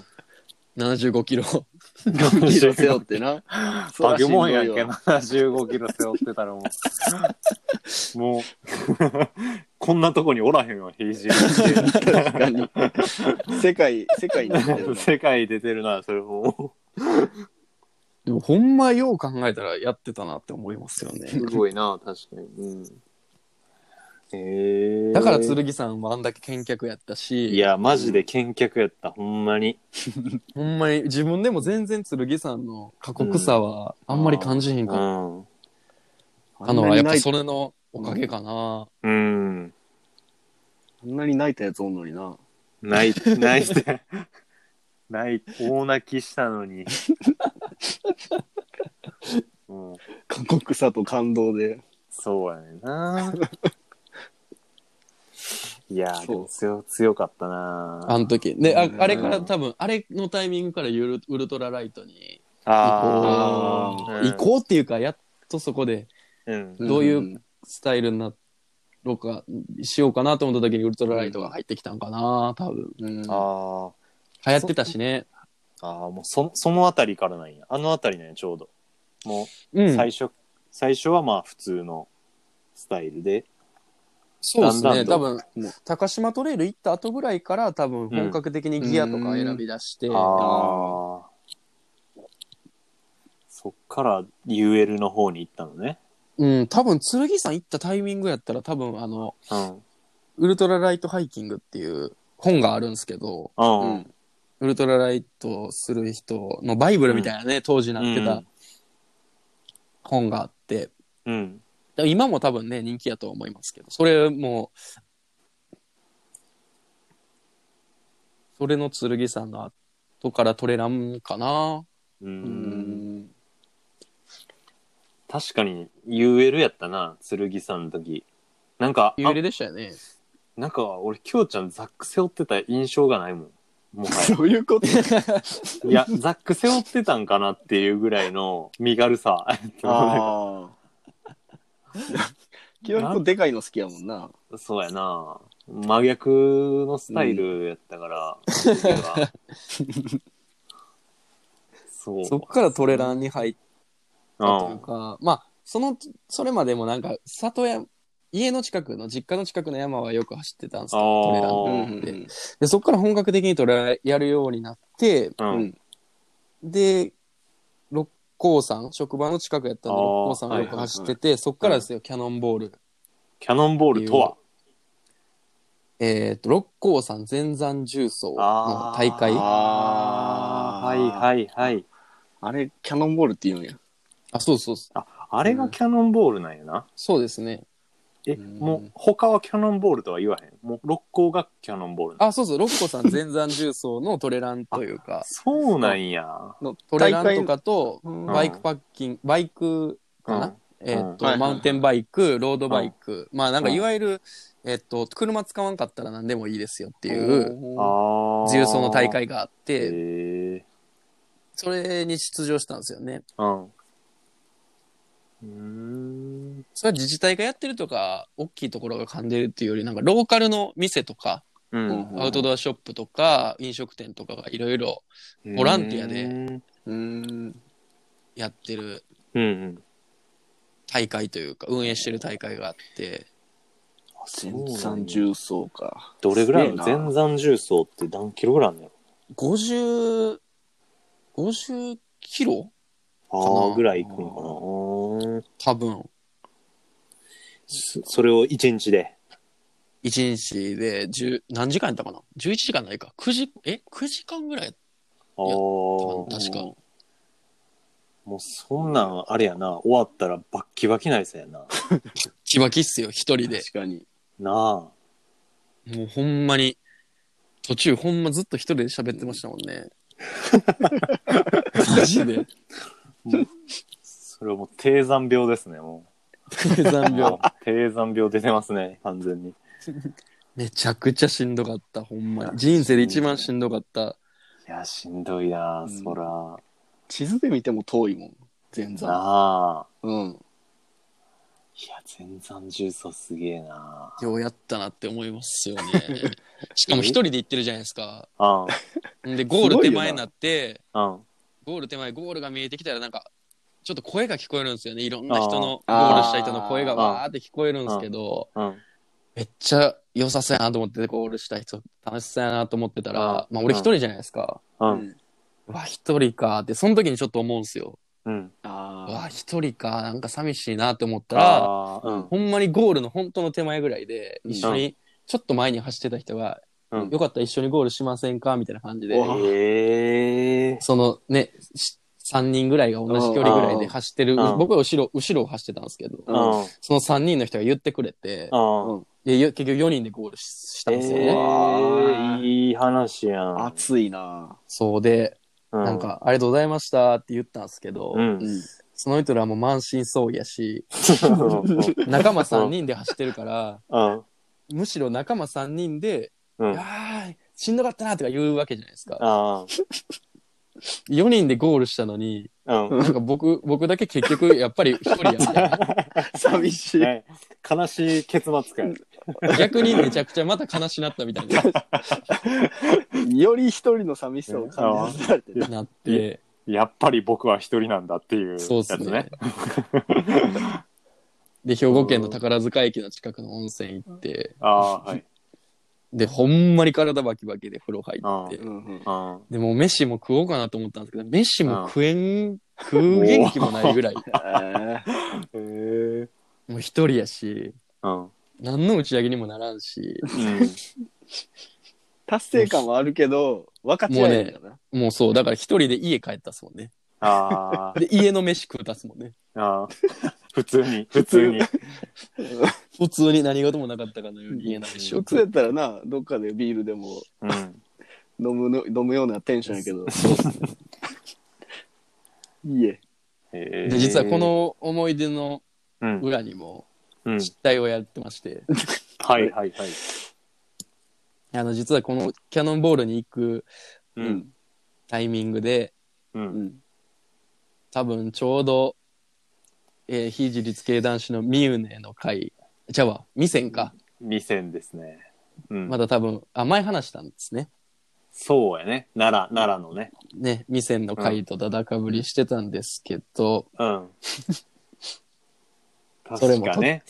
[SPEAKER 1] 75キロ。
[SPEAKER 3] うん。
[SPEAKER 2] キロ背負ってな。
[SPEAKER 3] バケモンやんけ、75キロ背負ってたらも う。もう、 こんなとこにおらへんわ、平時。
[SPEAKER 2] 確かに。 世界、世界に出てるな
[SPEAKER 3] 世界出てるな、それも
[SPEAKER 1] でもほんまよう考えたらやってたなって思いますよ
[SPEAKER 3] う。す
[SPEAKER 1] ね。
[SPEAKER 3] ごいな、確かに。うん。えー、
[SPEAKER 1] だから剣さんはあんだけ見客やったし、
[SPEAKER 3] いや、マジで見客やった、ほんまに。
[SPEAKER 1] ほんまに自分でも全然剣さんの過酷さはあんまり感じへん
[SPEAKER 3] う
[SPEAKER 1] かっ
[SPEAKER 3] ん。
[SPEAKER 1] たのは、やっぱそ
[SPEAKER 2] れ。
[SPEAKER 1] れのおかげかな。
[SPEAKER 3] うん。
[SPEAKER 2] あんなに泣いたやつおんのにな。
[SPEAKER 3] 泣い、泣いて、 泣い、大泣きしたの に。うん、
[SPEAKER 2] 過酷さと感動で。
[SPEAKER 3] そうやねん な。いや
[SPEAKER 2] そう
[SPEAKER 3] ー、でも強、強かったな
[SPEAKER 1] あの時。で、あ
[SPEAKER 2] うん
[SPEAKER 1] あれから多分、あれのタイミングからゆるウルトラライトに
[SPEAKER 3] あ
[SPEAKER 2] 行
[SPEAKER 3] ー
[SPEAKER 1] 移行っていうか、やっとそこで
[SPEAKER 3] うん。
[SPEAKER 1] どういうんスタイルになろうか、しようかなと思った時にウルトラライトが入ってきたんかな、多分。
[SPEAKER 2] うん
[SPEAKER 3] あー
[SPEAKER 1] 流行ってたしね。
[SPEAKER 3] あー、もうそ、そのあたりからなんや。あのあたりなんや、ちょうど。も
[SPEAKER 1] う
[SPEAKER 3] う、
[SPEAKER 1] ん。
[SPEAKER 3] 最初、最初はまあ、普通のスタイルで。
[SPEAKER 1] そうです
[SPEAKER 3] だんだ
[SPEAKER 1] ね。
[SPEAKER 3] んと
[SPEAKER 1] 多分、高島トレイル行った後ぐらいから、多分本格的にギアとか選び出して、
[SPEAKER 3] ああ。そっから UL の方に行ったのね。
[SPEAKER 1] うん、多分、剣さん行ったタイミングやったら、多分、あの、
[SPEAKER 3] うん。
[SPEAKER 1] ウルトラライトハイキングっていう本があるんですけど、
[SPEAKER 3] あ
[SPEAKER 2] う
[SPEAKER 3] ー
[SPEAKER 2] ん。
[SPEAKER 1] ウルトラライトする人のバイブルみたいなね、当時なってた本があって、
[SPEAKER 3] うん。
[SPEAKER 1] だから今も多分ね、人気やと思いますけど、それも、それの剣さんが後から取れらんかな。
[SPEAKER 3] う。
[SPEAKER 2] うん ん。
[SPEAKER 3] 確かに UL やったな、剣さんの時。なんか、あ
[SPEAKER 1] 有利でしたよね。
[SPEAKER 3] なんか俺、きょうちゃんザック背負ってた印象がないもん。もは
[SPEAKER 2] どういうこと
[SPEAKER 3] や。いや、ザック背負ってたんかなっていうぐらいの 身軽さ。
[SPEAKER 2] あ あ。きよりくんでかいの好きやもんな。
[SPEAKER 3] そうやな。真逆のスタイルやったから。僕はそう。
[SPEAKER 1] そっからトレランに入ったという
[SPEAKER 3] う
[SPEAKER 1] か、まあ、その、それまでもなんか、里山、家の近くの、実家の近くの山はよく走ってたんですけど、トレラ
[SPEAKER 3] あー
[SPEAKER 1] ンって。で、そっから本格的にトレランやるようになって、
[SPEAKER 3] ん。うん。
[SPEAKER 1] で、六甲山、職場の近くやったんで、
[SPEAKER 3] あー
[SPEAKER 1] 六甲山をよく走ってて、そっからですよ、キャノンボール。
[SPEAKER 3] キャノンボールとは
[SPEAKER 1] えっと、六甲山全山重走の大会。あ
[SPEAKER 3] あー
[SPEAKER 2] あー
[SPEAKER 3] はいはいはい。
[SPEAKER 2] あれ、キャノンボールって言うんや。
[SPEAKER 1] そうそうそう。
[SPEAKER 3] あれがキャノンボールなんやな。
[SPEAKER 1] そうですね。
[SPEAKER 3] え、
[SPEAKER 2] うん
[SPEAKER 3] もう他はキャノンボールとは言わへん。もう六甲がキャノンボールなん。
[SPEAKER 1] あ、そうそう、六甲山全山重走のトレランという か、
[SPEAKER 3] そうなんや。
[SPEAKER 2] の
[SPEAKER 1] トレランとかと、
[SPEAKER 2] 大会の
[SPEAKER 1] バイクパッキング、バイクかな、えーっ、と、
[SPEAKER 2] はいはいはい
[SPEAKER 1] マウンテンバイク、ロードバイク、まあなんかいわゆる、えーっ、と、車使わんかったら何でもいいですよっていう、
[SPEAKER 3] あ
[SPEAKER 2] あ
[SPEAKER 3] ー
[SPEAKER 1] 重曹の大。会があっ
[SPEAKER 3] へ
[SPEAKER 1] て、
[SPEAKER 3] え
[SPEAKER 1] それに出場したんですよね。
[SPEAKER 3] うん。うーん。
[SPEAKER 1] それは自治体がやってるとか、大きいところが噛んでるっていうより、なんかローカルの店とか、
[SPEAKER 3] うん。
[SPEAKER 1] アウトドアショップとか、飲食店とかがいろいろボランティアで
[SPEAKER 3] うん
[SPEAKER 2] うん。
[SPEAKER 1] やってる
[SPEAKER 3] うん。
[SPEAKER 1] 大会というか、運営してる大会があって、
[SPEAKER 2] 全山重曹か。
[SPEAKER 3] どれぐらいの
[SPEAKER 2] すげえな
[SPEAKER 3] 全山重曹って何キロぐらいあんのや
[SPEAKER 1] 50、50キロ
[SPEAKER 3] ろ
[SPEAKER 1] か
[SPEAKER 3] あ
[SPEAKER 1] な
[SPEAKER 3] あ、ぐらい行くのかな。うーん
[SPEAKER 1] 多分。
[SPEAKER 3] そそれを一日で。
[SPEAKER 1] 一日で10何時間やったかな ?11 時間ないか。9時、え ?9 時間ぐらいやっ
[SPEAKER 3] ああ。
[SPEAKER 1] たかな確か。
[SPEAKER 3] もうそんなんあれやな終わったらバッキバキないさやな
[SPEAKER 1] 千葉きっすよ、一人で。
[SPEAKER 2] 確かに。
[SPEAKER 3] な
[SPEAKER 1] もうほんまに、途中ほんまずっと一人で喋ってましたもんね。マジで
[SPEAKER 3] あそれはもう低山病ですねも
[SPEAKER 1] 低
[SPEAKER 3] う
[SPEAKER 1] 山病。
[SPEAKER 3] 低山病出てますね完全に
[SPEAKER 1] めちゃくちゃしんどかった、ほんまに。人生で一番しんどかった。
[SPEAKER 3] いやしんどいな、
[SPEAKER 2] うん
[SPEAKER 3] そらな
[SPEAKER 2] 地図で見ても遠いもん。全山。
[SPEAKER 3] あ
[SPEAKER 2] うん。
[SPEAKER 3] いや全山重曹すげえな
[SPEAKER 1] ようやったなって思いますよね。しかも一人で行ってるじゃないですか。
[SPEAKER 3] あ
[SPEAKER 1] で、ゴール手前になって、
[SPEAKER 3] んうん
[SPEAKER 1] ゴール手前、ゴールが見えてきたら、なんか、ちょっと声が聞こえるんですよね。いろんな人の、ゴ
[SPEAKER 2] あー
[SPEAKER 1] ールした人の声が
[SPEAKER 3] あー
[SPEAKER 1] わーって聞こえるんですけど、
[SPEAKER 3] うん
[SPEAKER 1] めっちゃ良さそうやなと思って、ゴールした人、楽しそうやなと思ってたら
[SPEAKER 3] あ、ー
[SPEAKER 1] まあ俺一人じゃないですか。
[SPEAKER 3] う。
[SPEAKER 2] うん
[SPEAKER 1] うわ、一人かって、その時にちょっと思うんですよ。
[SPEAKER 3] うん
[SPEAKER 1] うわ
[SPEAKER 2] あ、
[SPEAKER 1] 一人か、なんか寂しいなって思ったら、
[SPEAKER 3] あーうん
[SPEAKER 1] ほんまにゴールの本当の手前ぐらいで、一緒に、ちょっと前に走ってた人が、
[SPEAKER 3] うん
[SPEAKER 1] よかったら一緒にゴールしませんかみたいな感じで
[SPEAKER 2] う、わ
[SPEAKER 3] へえ
[SPEAKER 1] そのね、し3人ぐらいが同じ距離ぐらいで走ってる
[SPEAKER 3] うんう。ん
[SPEAKER 1] 僕は後ろ、後ろを走ってたんですけど、
[SPEAKER 3] う
[SPEAKER 2] うんん
[SPEAKER 3] うん
[SPEAKER 1] その3人の人が言ってくれて、
[SPEAKER 2] う
[SPEAKER 3] あ
[SPEAKER 2] ん
[SPEAKER 1] でよ結局4人でゴールししたんですよね。
[SPEAKER 3] え
[SPEAKER 2] わ
[SPEAKER 3] ーいい話やん
[SPEAKER 2] 暑いな。
[SPEAKER 1] そうで、
[SPEAKER 3] う
[SPEAKER 1] なんか、ありがとうございましたって言ったんですけど、
[SPEAKER 3] うん
[SPEAKER 2] うん。
[SPEAKER 1] その人らも満身創痍やし、
[SPEAKER 3] う
[SPEAKER 1] 仲間3人で走ってるから、
[SPEAKER 3] ん
[SPEAKER 1] むしろ仲間3人で、
[SPEAKER 3] う
[SPEAKER 1] い
[SPEAKER 3] ん
[SPEAKER 1] や
[SPEAKER 3] あ
[SPEAKER 1] ーしんどかったなとか言うわけじゃないですか。
[SPEAKER 3] あー
[SPEAKER 1] 4人でゴールしたのに、
[SPEAKER 3] うん
[SPEAKER 1] なんか僕、僕だけ結局やっぱり1人やみたい な。
[SPEAKER 2] 寂しい。
[SPEAKER 3] ね、悲しい結末かよ
[SPEAKER 1] 逆にめちゃくちゃまた悲しなったみたいに
[SPEAKER 2] より一人の寂しさを感じさせられてる。
[SPEAKER 1] なって、
[SPEAKER 3] やっぱり僕は一人なんだっていうやつ
[SPEAKER 1] そう
[SPEAKER 3] ね
[SPEAKER 1] っすね。 で、兵庫県の宝塚駅の近くの温泉行って、
[SPEAKER 3] ああーはい
[SPEAKER 1] で、ほんまに体バキバキで風呂入って
[SPEAKER 3] う、
[SPEAKER 2] うんうん
[SPEAKER 3] あ
[SPEAKER 1] でもう飯も食おうかなと思ったんですけど、飯も食えん、食う元気もないぐらい、
[SPEAKER 2] えー
[SPEAKER 3] へえ
[SPEAKER 1] もう一人やし、
[SPEAKER 3] うん
[SPEAKER 1] 何の打ち上げにもならんし、
[SPEAKER 2] 達成感はあるけど、分かち合えるんだな。
[SPEAKER 1] もうそう、だから一人で家帰ったっすもんね。
[SPEAKER 3] あー
[SPEAKER 1] で、家の飯食うたっすもんね。
[SPEAKER 3] あー。 普通に、普通に。
[SPEAKER 1] 普通に何事もなかったかのように家の飯を食
[SPEAKER 2] 普通
[SPEAKER 1] う。
[SPEAKER 2] やったらな、どっかでビールでも
[SPEAKER 3] うん。
[SPEAKER 2] 飲むの飲むようなテンションやけど、
[SPEAKER 1] そうっす
[SPEAKER 2] いいえ。
[SPEAKER 3] え
[SPEAKER 1] で実はこ、の思い出の
[SPEAKER 3] うん。
[SPEAKER 1] 裏にも
[SPEAKER 3] うん
[SPEAKER 1] 実態をやってまして、
[SPEAKER 3] はいはいはい。
[SPEAKER 1] あの実はこのキャノンボールに行く
[SPEAKER 3] う。
[SPEAKER 2] うんん。
[SPEAKER 1] タイミングで
[SPEAKER 3] う。
[SPEAKER 2] うんん。
[SPEAKER 1] 多分ちょうど、えー非自立系男子のミウネの会じゃあわミセンか、
[SPEAKER 3] 二戦ですね。うん。
[SPEAKER 1] まだ多分あ前話したんですね
[SPEAKER 3] そうやね。奈良、奈良のね。
[SPEAKER 1] ねミセンの会とダダかぶりしてたんですけど、
[SPEAKER 3] うん。
[SPEAKER 1] それ
[SPEAKER 3] 確
[SPEAKER 1] も
[SPEAKER 3] かね。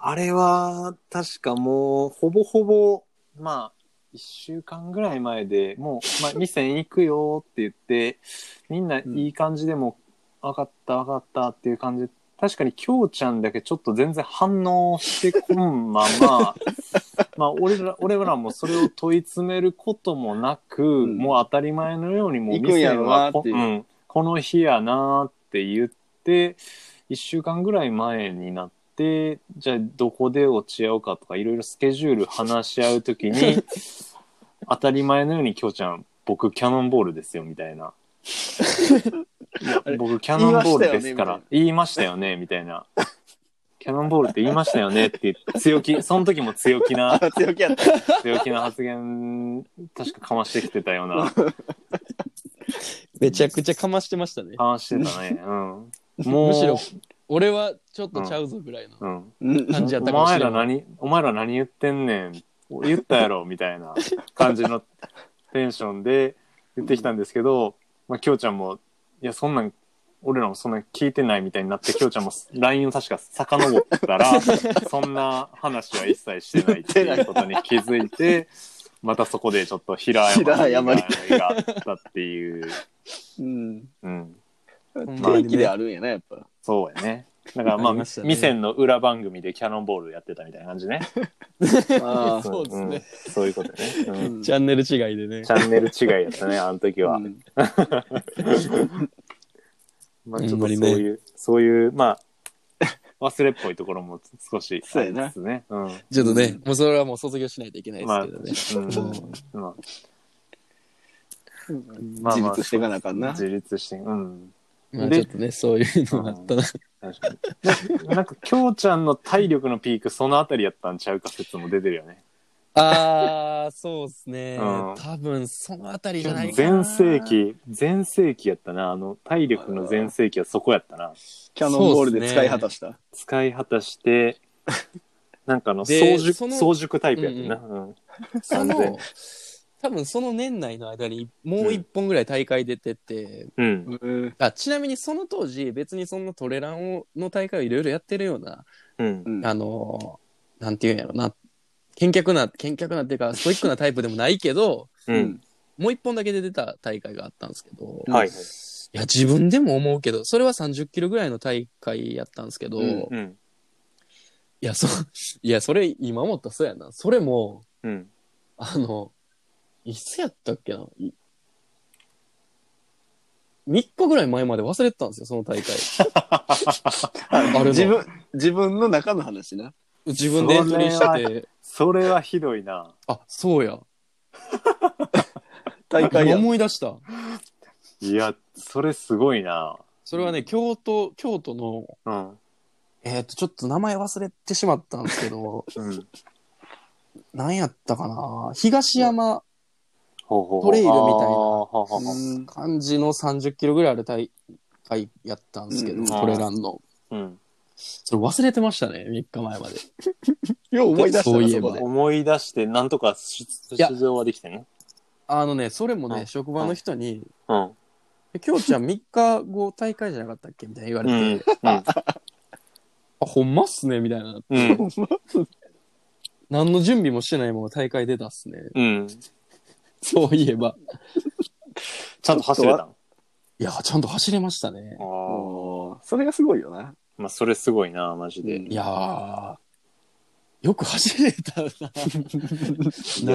[SPEAKER 3] あれは、確かもう、ほぼほぼ、まあ、一週間ぐらい前でもう、まあ、2戦行くよって言って、みんないい感じでも、上がった上がったっていう感じで、確かにきょうちゃんだけちょっと全然反応してこんまま、まあ、俺ら、俺らもそれを問い詰めることもなく、
[SPEAKER 2] ん
[SPEAKER 3] もう当たり前のようにもう
[SPEAKER 2] 行くんやろな
[SPEAKER 3] 店はこ
[SPEAKER 2] っていう
[SPEAKER 3] うんこの日やなって言って、一週間ぐらい前になって、じゃあどこで落ち合うかとかいろいろスケジュール話し合うとき に、当たり前のようにきょうちゃん、僕キャノンボールですよみたい な。いや僕キャノンボールですから、言いましたよねみたいな。キャノンボールって言いましたよねって強気、その時も強気な
[SPEAKER 2] あ、強気やった。
[SPEAKER 3] 強気な発言、確かかましてきてたような、
[SPEAKER 1] めちゃくちゃかましてましたね
[SPEAKER 3] かましてた ね。うん。もう、
[SPEAKER 1] むしろ俺はちょっとちゃうぞぐらいの
[SPEAKER 3] うん。
[SPEAKER 2] うん。
[SPEAKER 1] 感じやったか
[SPEAKER 3] お
[SPEAKER 1] もし
[SPEAKER 3] 前
[SPEAKER 1] れな
[SPEAKER 3] ら
[SPEAKER 1] い、
[SPEAKER 3] 何、お前ら何言ってんねん。言ったやろ、みた いな感じのテンションで言ってきたんですけど、まあ、きょうちゃんも、いや、そんなん、俺らもそんなん聞いてないみたいになって、きょうちゃんも LINE を確か遡った ら、そんな話は一切してないっていうことに気づいて、またそこでちょっと平山りがあったっていう。
[SPEAKER 2] うん。
[SPEAKER 3] うん。
[SPEAKER 1] まあね
[SPEAKER 2] 定期であるんやな、やっ ぱ。
[SPEAKER 3] そうやね。だからま
[SPEAKER 1] あ
[SPEAKER 3] あ、
[SPEAKER 1] りましたね
[SPEAKER 3] ミセンの裏番組でキャノンボールやってたみたいな感じね。
[SPEAKER 2] あ
[SPEAKER 1] そうですね
[SPEAKER 3] うんそういうことね、
[SPEAKER 2] あ。
[SPEAKER 3] うん
[SPEAKER 1] チャンネル違いでね
[SPEAKER 3] チャンネル違いやったね、あの時は。
[SPEAKER 2] うん
[SPEAKER 3] まあちょ
[SPEAKER 1] ほんま
[SPEAKER 3] っとそう
[SPEAKER 1] にね
[SPEAKER 3] いう、そういう、まあ、 忘れっぽいところも少し
[SPEAKER 2] そ
[SPEAKER 3] あ
[SPEAKER 2] うや
[SPEAKER 3] り
[SPEAKER 2] な
[SPEAKER 3] ますね。うん。うん
[SPEAKER 1] ちょっとね、もうそれはもう卒業しないといけないですけどね。
[SPEAKER 3] ままあ
[SPEAKER 2] 自
[SPEAKER 3] まあ
[SPEAKER 2] 立していかなあかん
[SPEAKER 3] あ、
[SPEAKER 2] な。
[SPEAKER 3] 自立して、うん。
[SPEAKER 1] まあ、ちょっとね、そういうのがあったな。
[SPEAKER 3] 確かに。ななんか、きょうちゃんの体力のピーク、そのあたりやったんちゃうか説も出てるよね。
[SPEAKER 1] あー、そうですね。
[SPEAKER 3] うん
[SPEAKER 1] 多分、そのあたりじゃないかな。
[SPEAKER 3] 全盛。期、全盛期やったな。あの、体力の全盛期はそこやったな。
[SPEAKER 2] キャノンボールで使い果たした。
[SPEAKER 3] 使い果た して、なんかあの、
[SPEAKER 1] で
[SPEAKER 3] 早熟、
[SPEAKER 1] その
[SPEAKER 3] 早熟タイプやったな。うん
[SPEAKER 1] そ
[SPEAKER 3] 完全
[SPEAKER 1] の、多分その年内の間にもう一本ぐらい大会出てて、
[SPEAKER 3] うん。
[SPEAKER 2] うん
[SPEAKER 1] あちなみにその当時、別にそんなトレランをの大会をいろいろやってるような、
[SPEAKER 3] うん
[SPEAKER 2] う。ん
[SPEAKER 1] あのーなんていうんやろな、健脚な、健脚なっていうか、ストイックなタイプでもないけ ど、
[SPEAKER 3] うん。
[SPEAKER 1] もう一本だけ出てた大会があったんですけど、
[SPEAKER 3] はい。
[SPEAKER 1] いや、自分でも思うけど、それは30キロぐらいの大会やったんですけど、
[SPEAKER 2] うん
[SPEAKER 1] い
[SPEAKER 3] うん。
[SPEAKER 1] や、そ、いや、それ、今思ったらそうやな。それも、
[SPEAKER 3] うん。
[SPEAKER 1] あの、いつやったっけな。い3日ぐらい前まで忘れてたんですよ、その 大会。あれ
[SPEAKER 2] 自
[SPEAKER 1] の
[SPEAKER 2] 分、自分の中の話な。
[SPEAKER 1] 自分でエントリーしてて、
[SPEAKER 3] それはひどいな。
[SPEAKER 1] あ、そうや。
[SPEAKER 2] 大会や。
[SPEAKER 1] 思い出した。
[SPEAKER 3] いや、それすごいな。
[SPEAKER 1] それはね、京都、京都の、
[SPEAKER 3] うん。
[SPEAKER 1] えっ、と、ちょっと名前忘れてしまったんですけど、
[SPEAKER 3] うん。
[SPEAKER 1] 何やったかな東山
[SPEAKER 3] ほうほうほう
[SPEAKER 1] トレイルみたいな
[SPEAKER 3] あーほうほうほう
[SPEAKER 2] うん
[SPEAKER 1] 感じの30キロぐらいある大会やったんですけど、
[SPEAKER 2] うん
[SPEAKER 1] トレランの。
[SPEAKER 3] うん。
[SPEAKER 1] それ忘れてましたね、3日前まで。
[SPEAKER 2] よう思い出した
[SPEAKER 1] そう
[SPEAKER 2] ない
[SPEAKER 1] え
[SPEAKER 2] そ
[SPEAKER 1] ば
[SPEAKER 2] こで。
[SPEAKER 3] 思い出して、なんとか出
[SPEAKER 1] や
[SPEAKER 3] 出場はできてんの
[SPEAKER 1] あのね、それもね、
[SPEAKER 3] うん
[SPEAKER 1] 職場の人に、
[SPEAKER 3] うん。
[SPEAKER 1] えきょうちゃん3日後大会じゃなかったっけみたいな言われ
[SPEAKER 3] う
[SPEAKER 1] て、
[SPEAKER 3] ん。
[SPEAKER 1] あ、ほんまっすねみたいな。
[SPEAKER 3] うん。
[SPEAKER 1] 何の準備もしてないまま大会出たっすね。
[SPEAKER 3] うん。
[SPEAKER 1] そういえば。
[SPEAKER 3] ちゃんと走れた
[SPEAKER 1] いや、ちゃんと走れましたね。
[SPEAKER 3] の
[SPEAKER 2] おーそれがすごいよな。
[SPEAKER 3] ああ。まあ、それすごいな、マジ
[SPEAKER 2] う
[SPEAKER 3] で。
[SPEAKER 2] ん
[SPEAKER 1] いやー、よく走れた な。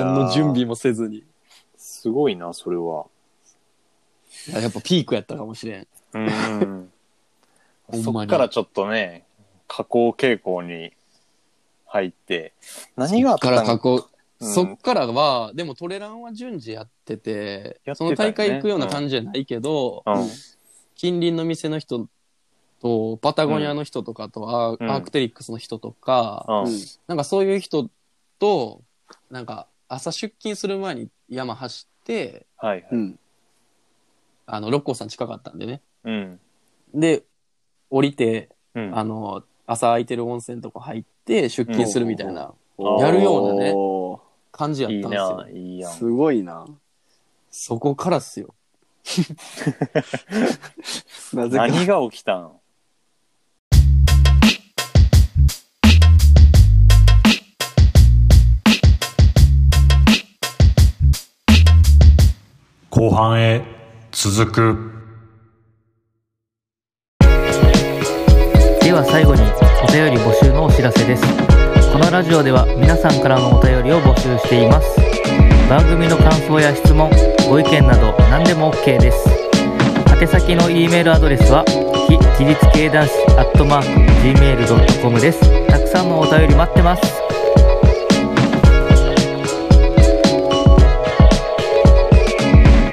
[SPEAKER 1] 何の準備もせずに。
[SPEAKER 3] すごいな、それは。
[SPEAKER 1] あやっぱピークやったかもしれん。
[SPEAKER 3] うん。
[SPEAKER 1] ほんまに
[SPEAKER 3] そっからちょっとね、下降傾向に入って、何があった
[SPEAKER 1] から過
[SPEAKER 3] の
[SPEAKER 1] 去、
[SPEAKER 3] うん
[SPEAKER 1] そっからは、でもトレランは順次やってて、
[SPEAKER 3] やってた
[SPEAKER 1] そ
[SPEAKER 3] よね
[SPEAKER 1] の大会行くような感じじゃないけど、
[SPEAKER 3] うん
[SPEAKER 1] 近隣の店の人と、パタゴニアの人とかと、アー
[SPEAKER 3] うん
[SPEAKER 1] アークテリックスの人とか、
[SPEAKER 3] うん
[SPEAKER 2] うん
[SPEAKER 1] なんかそういう人と、なんか朝出勤する前に山走って、
[SPEAKER 3] はいうはい。
[SPEAKER 2] ん。
[SPEAKER 1] あの、六甲さん近かったんでね。
[SPEAKER 3] うん。
[SPEAKER 1] で、降りて、
[SPEAKER 3] うん
[SPEAKER 1] あの、朝空いてる温泉とか入って出勤するみたいな
[SPEAKER 3] うん
[SPEAKER 1] やるようなね
[SPEAKER 2] お
[SPEAKER 1] 感じやっ
[SPEAKER 3] いい
[SPEAKER 1] たんですよ
[SPEAKER 3] な。、い
[SPEAKER 2] ー
[SPEAKER 3] いや
[SPEAKER 2] す
[SPEAKER 3] ん。
[SPEAKER 2] ごいな。
[SPEAKER 1] そこからっすよ。
[SPEAKER 2] なぜか。
[SPEAKER 3] 何が起きたん
[SPEAKER 5] 後半へ続く。
[SPEAKER 6] では最後にお便り募集のお知らせですこのラジオでは皆さんからのお便りを募集しています番組の感想や質問ご意見など何でも OK です宛先の E メールアドレスは非自立系男子 gmail.com ですたくさんのお便り待ってます